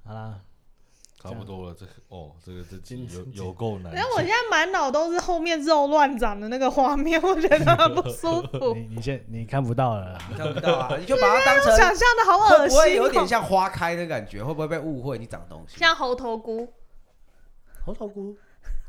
Speaker 1: 好啦，
Speaker 2: 差不多了，这个哦，这个这集
Speaker 1: 今
Speaker 2: 有
Speaker 1: 天
Speaker 2: 有够难
Speaker 4: 然后我现在满脑都是后面肉乱长的那个画面，我觉得很不舒服，
Speaker 1: 你你现你看不到了啦，
Speaker 3: 你看不到啊，你就把它当成
Speaker 4: 想象的好恶
Speaker 3: 会不
Speaker 4: 心、
Speaker 3: 会有
Speaker 4: 哦
Speaker 3: 点像花开的感觉？会不会被误会你长东西？
Speaker 4: 像猴头菇，
Speaker 1: 猴头菇，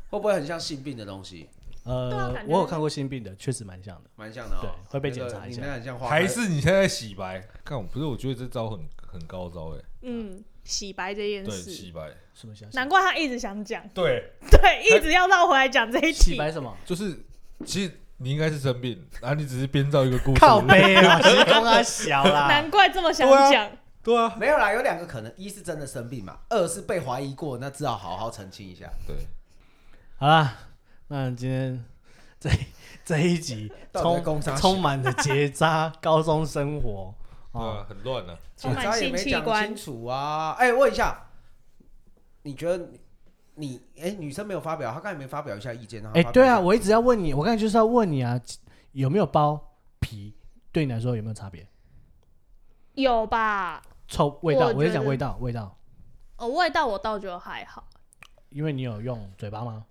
Speaker 3: 会不会很像性病的东西？
Speaker 1: 呃，
Speaker 4: 对啊感觉
Speaker 1: 我有看过心病的，确实蛮像的，
Speaker 3: 蛮像的哦
Speaker 1: 对。会被检查一下
Speaker 3: 那个你那很像花开，
Speaker 2: 还是你现在洗白？看，不是，我觉得这招很很高招哎，
Speaker 4: 嗯，洗白这件
Speaker 2: 对，洗
Speaker 4: 事，
Speaker 2: 白，
Speaker 1: 什么消息？
Speaker 4: 难怪他一直想讲，
Speaker 2: 对，
Speaker 4: 对，一直要绕回来讲这一
Speaker 1: 洗
Speaker 4: 题。
Speaker 1: 白什么？
Speaker 2: 就是其实你应该是生病，然后你只是编造一个故事，
Speaker 1: 靠背啊，时空啊小啦，
Speaker 4: 难怪这么想
Speaker 2: 对啊
Speaker 4: 讲，
Speaker 2: 对啊，
Speaker 3: 没有啦，有两个可能，一是真的生病嘛，二是被怀疑过，那只好好好澄清一下。
Speaker 2: 对，啊
Speaker 1: 好啦，那今天这这一集
Speaker 3: 到底在
Speaker 1: 充
Speaker 3: 攻啥小
Speaker 1: 充满了结扎高中生 活
Speaker 2: 对啊
Speaker 1: 哦，，
Speaker 2: 很乱啊，
Speaker 4: 充
Speaker 3: 警察
Speaker 4: 满
Speaker 3: 也
Speaker 4: 性
Speaker 3: 没
Speaker 4: 器
Speaker 3: 讲
Speaker 4: 官
Speaker 3: 清，楚啊。哎、问一下，你觉得你哎、女生没有发表，她刚才没发表一下意见？然后
Speaker 1: 哎、
Speaker 3: 她发表
Speaker 1: 对啊，
Speaker 3: 一下
Speaker 1: 我一直要问你，我刚才就是要问你啊，有没有包皮对你来说有没有差别？
Speaker 4: 有吧？
Speaker 1: 臭味道，
Speaker 4: 我
Speaker 1: 我在
Speaker 4: 觉
Speaker 1: 讲
Speaker 4: 得
Speaker 1: 味道，味道，
Speaker 4: 哦，味道我倒觉得还好，
Speaker 1: 因为你有用嘴巴吗？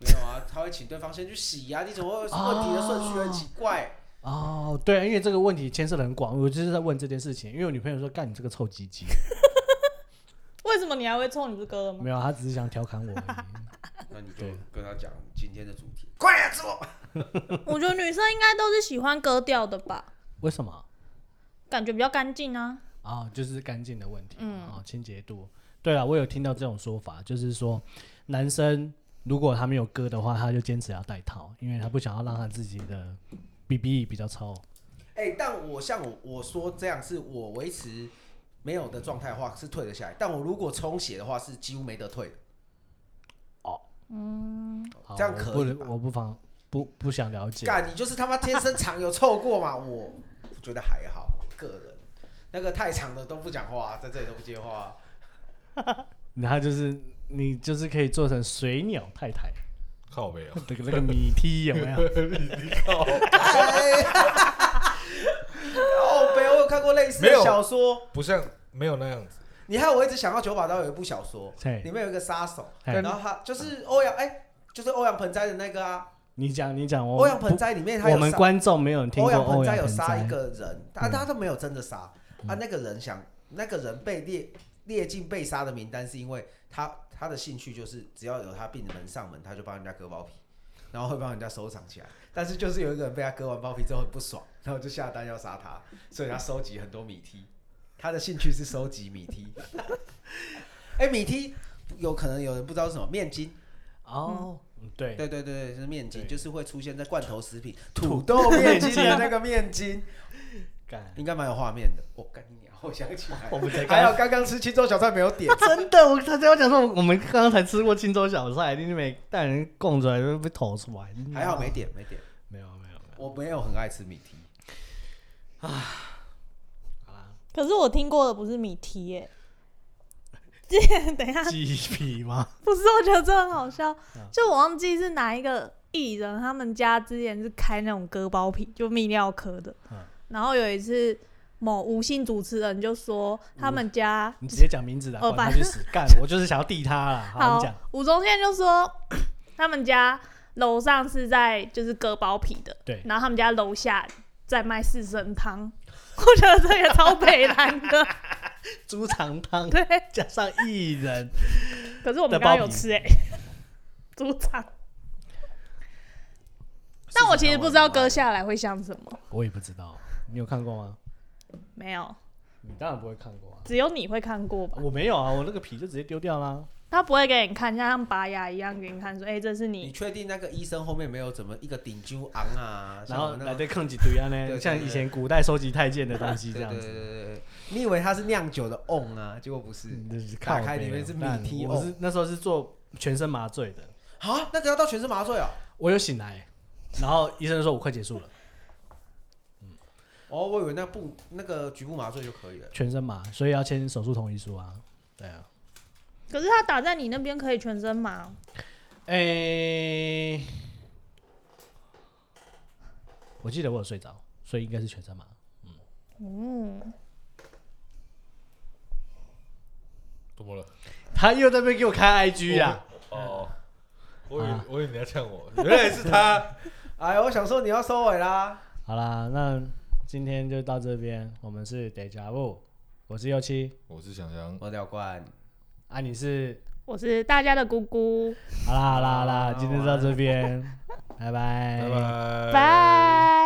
Speaker 3: 没有啊，她会请对方先去洗呀、你怎么会问题的顺序很奇怪？
Speaker 1: 哦，对啊，因为这个问题牵涉的很广，我就是在问这件事情，因为我女朋友说干你这个臭鸡 鸡，
Speaker 4: 为什么你还会冲你这歌了吗？
Speaker 1: 没有，啊她只是想调侃我而已。
Speaker 3: 那你就
Speaker 1: 对
Speaker 3: 跟她讲今天的主题，快点做。
Speaker 4: 我觉得女生应该都是喜欢割掉的吧，
Speaker 1: 为什么？
Speaker 4: 感觉比较干净啊。
Speaker 1: 啊、就是干净的问题，
Speaker 4: 嗯
Speaker 1: 啊、清洁度。对啊了，我有听到这种说法，就是说男生如果他没有割的话，他就坚持要戴套，因为他不想要让他自己的 BB 比较臭。
Speaker 3: 哎、但我像我我说这样，是我维持没有的状态的话是退得下来，但我如果充血的话是几乎没得退的。
Speaker 1: 好
Speaker 3: 这样
Speaker 1: 我
Speaker 3: 可
Speaker 1: 不
Speaker 3: 以
Speaker 1: 能
Speaker 3: 吧
Speaker 1: 我不妨不不想了解。
Speaker 3: 干，你就是他妈天生长有臭过嘛？我觉得还好，我个人那个太长的都不讲话，在这里都不接话。
Speaker 1: 然后就是你就是可以做成水鸟太 太，
Speaker 2: 靠背啊，
Speaker 1: 那个那个米梯有没有？
Speaker 3: 哎 哦，没有，我有看过类似
Speaker 2: 没
Speaker 3: 的
Speaker 2: 有
Speaker 3: 小说。
Speaker 2: 不像没有那样子，
Speaker 3: 你看，我一直想到九把刀有一部小说
Speaker 1: 对，
Speaker 3: 里面有一个杀手，
Speaker 1: 对
Speaker 3: 然后他就是欧阳，哎、就是欧阳盆栽的那个啊。
Speaker 1: 你讲你讲，我
Speaker 3: 欧阳盆
Speaker 1: 哦不
Speaker 3: 栽里面他有
Speaker 1: 我们
Speaker 3: 杀
Speaker 1: 观众没有听
Speaker 3: 欧
Speaker 1: 过
Speaker 3: 阳盆
Speaker 1: 欧阳
Speaker 3: 栽有
Speaker 1: 盆
Speaker 3: 杀
Speaker 1: 栽嗯
Speaker 3: 一，个人，他他都没有真的杀、啊。那个人想，那个人被列列进被杀的名单，是因为他他的兴趣就是只要有他病人上门，他就帮人家割包皮，然后会帮人家收藏起来。但是就是有一个人被他割完包皮之后很不爽，然后就下单要杀他，所以他收集很多米梯。他的兴趣是收集米梯。 哎、米梯有可能有人不知道是什么面筋，
Speaker 1: 哦，对，
Speaker 3: 对对对，是面筋，
Speaker 1: 对
Speaker 3: 就是会出现在罐头食品土豆面筋
Speaker 1: 啊
Speaker 3: 的那个面筋。
Speaker 1: 干
Speaker 3: 应该蛮有画面的。我干你娘！我想起来了，
Speaker 1: 我们才刚，
Speaker 3: 还有刚刚吃青州小菜没有点
Speaker 1: 真的，我他这样讲说，我们刚刚才吃过青州小菜，你没带人供出来就被吐出来。
Speaker 3: 还好没点没点。
Speaker 1: 没有没有没 有。
Speaker 3: 我没有很爱吃米提，
Speaker 1: 好啦，
Speaker 4: 可是我听过的不是米提耶、 这等一下，
Speaker 1: 鸡皮吗？
Speaker 4: 不是，我觉得这很好笑，
Speaker 1: 嗯
Speaker 4: 就我忘记是哪一个艺人，他们家之前是开那种割包皮，就泌尿科的，
Speaker 1: 嗯
Speaker 4: 然后有一次某无性主持人就说他们家
Speaker 1: 你直接讲名字啦，
Speaker 4: 哦
Speaker 1: 管他
Speaker 4: 把
Speaker 1: 去死！干，我就是想要地他啦。好，
Speaker 4: 好
Speaker 1: 你讲，
Speaker 4: 吴宗宪就说 他们家楼上是在就是割包皮的，
Speaker 1: 对
Speaker 4: 然后他们家楼下在卖四神汤， 我觉得这个超北蓝 的，
Speaker 1: 猪肠汤
Speaker 4: 对，
Speaker 1: 加上薏仁，
Speaker 4: 可是我
Speaker 1: 的
Speaker 4: 们
Speaker 1: 包
Speaker 4: 刚刚有
Speaker 1: 皮
Speaker 4: 吃哎、欸， 猪肠， 但我其实不知道割下来会像什么，
Speaker 1: 我也不知道，你有看过 吗？
Speaker 4: 没有，
Speaker 1: 你当然不会看过啊，
Speaker 4: 只有你会看过吧？
Speaker 1: 我没有啊，我那个皮就直接丢掉
Speaker 3: 啊
Speaker 1: 啦。
Speaker 4: 他不会给你看，像拔牙一样给你看，说哎、这是
Speaker 3: 你
Speaker 4: 你，
Speaker 3: 确定那个医生后面没有怎么一个顶揪昂啊？
Speaker 1: 然后
Speaker 3: 像我
Speaker 1: 来
Speaker 3: 那
Speaker 1: 对坑几堆啊
Speaker 3: 对
Speaker 1: 呢，
Speaker 3: 对
Speaker 1: 像以前古代收集太监的东西这
Speaker 3: 对对
Speaker 1: 样
Speaker 3: 对
Speaker 1: 子。
Speaker 3: 对对，你以为他是酿酒的瓮啊？结果不是
Speaker 1: 嗯就是
Speaker 3: 打
Speaker 1: 靠
Speaker 3: 开里
Speaker 1: 北
Speaker 3: 面
Speaker 1: 哦
Speaker 3: 是米
Speaker 1: 干
Speaker 3: 提
Speaker 1: 我
Speaker 3: 瓮
Speaker 1: 是那时候是做全身麻醉的，
Speaker 3: 啊？那个要到全身麻醉哦。
Speaker 1: 我有醒来，然后医生说我快结束了，
Speaker 3: 哦，我以为那不那个局部麻醉就可以了。
Speaker 1: 全身麻，所以要签手术同意书啊。对啊，
Speaker 4: 可是他打在你那边可以全身麻，
Speaker 1: 诶、我记得我有睡着，所以应该是全身麻。
Speaker 4: 嗯，
Speaker 2: 怎么了？
Speaker 1: 他又在那边给我开啊 IG 呀、
Speaker 2: 哦，我以为
Speaker 1: 啊
Speaker 2: 我以为你要呛我，原来是他。
Speaker 3: 哎呦，我想说你要收尾啦。
Speaker 1: 好啦，那今天就到这边，我们是 Deja Vu，我是右七，
Speaker 2: 我是想想，
Speaker 3: 我聊冠，
Speaker 1: 啊，你是
Speaker 4: 我是大家的姑姑，
Speaker 1: 好啦好啦好啦，今天就到这边，拜拜
Speaker 2: 拜拜。
Speaker 4: 拜。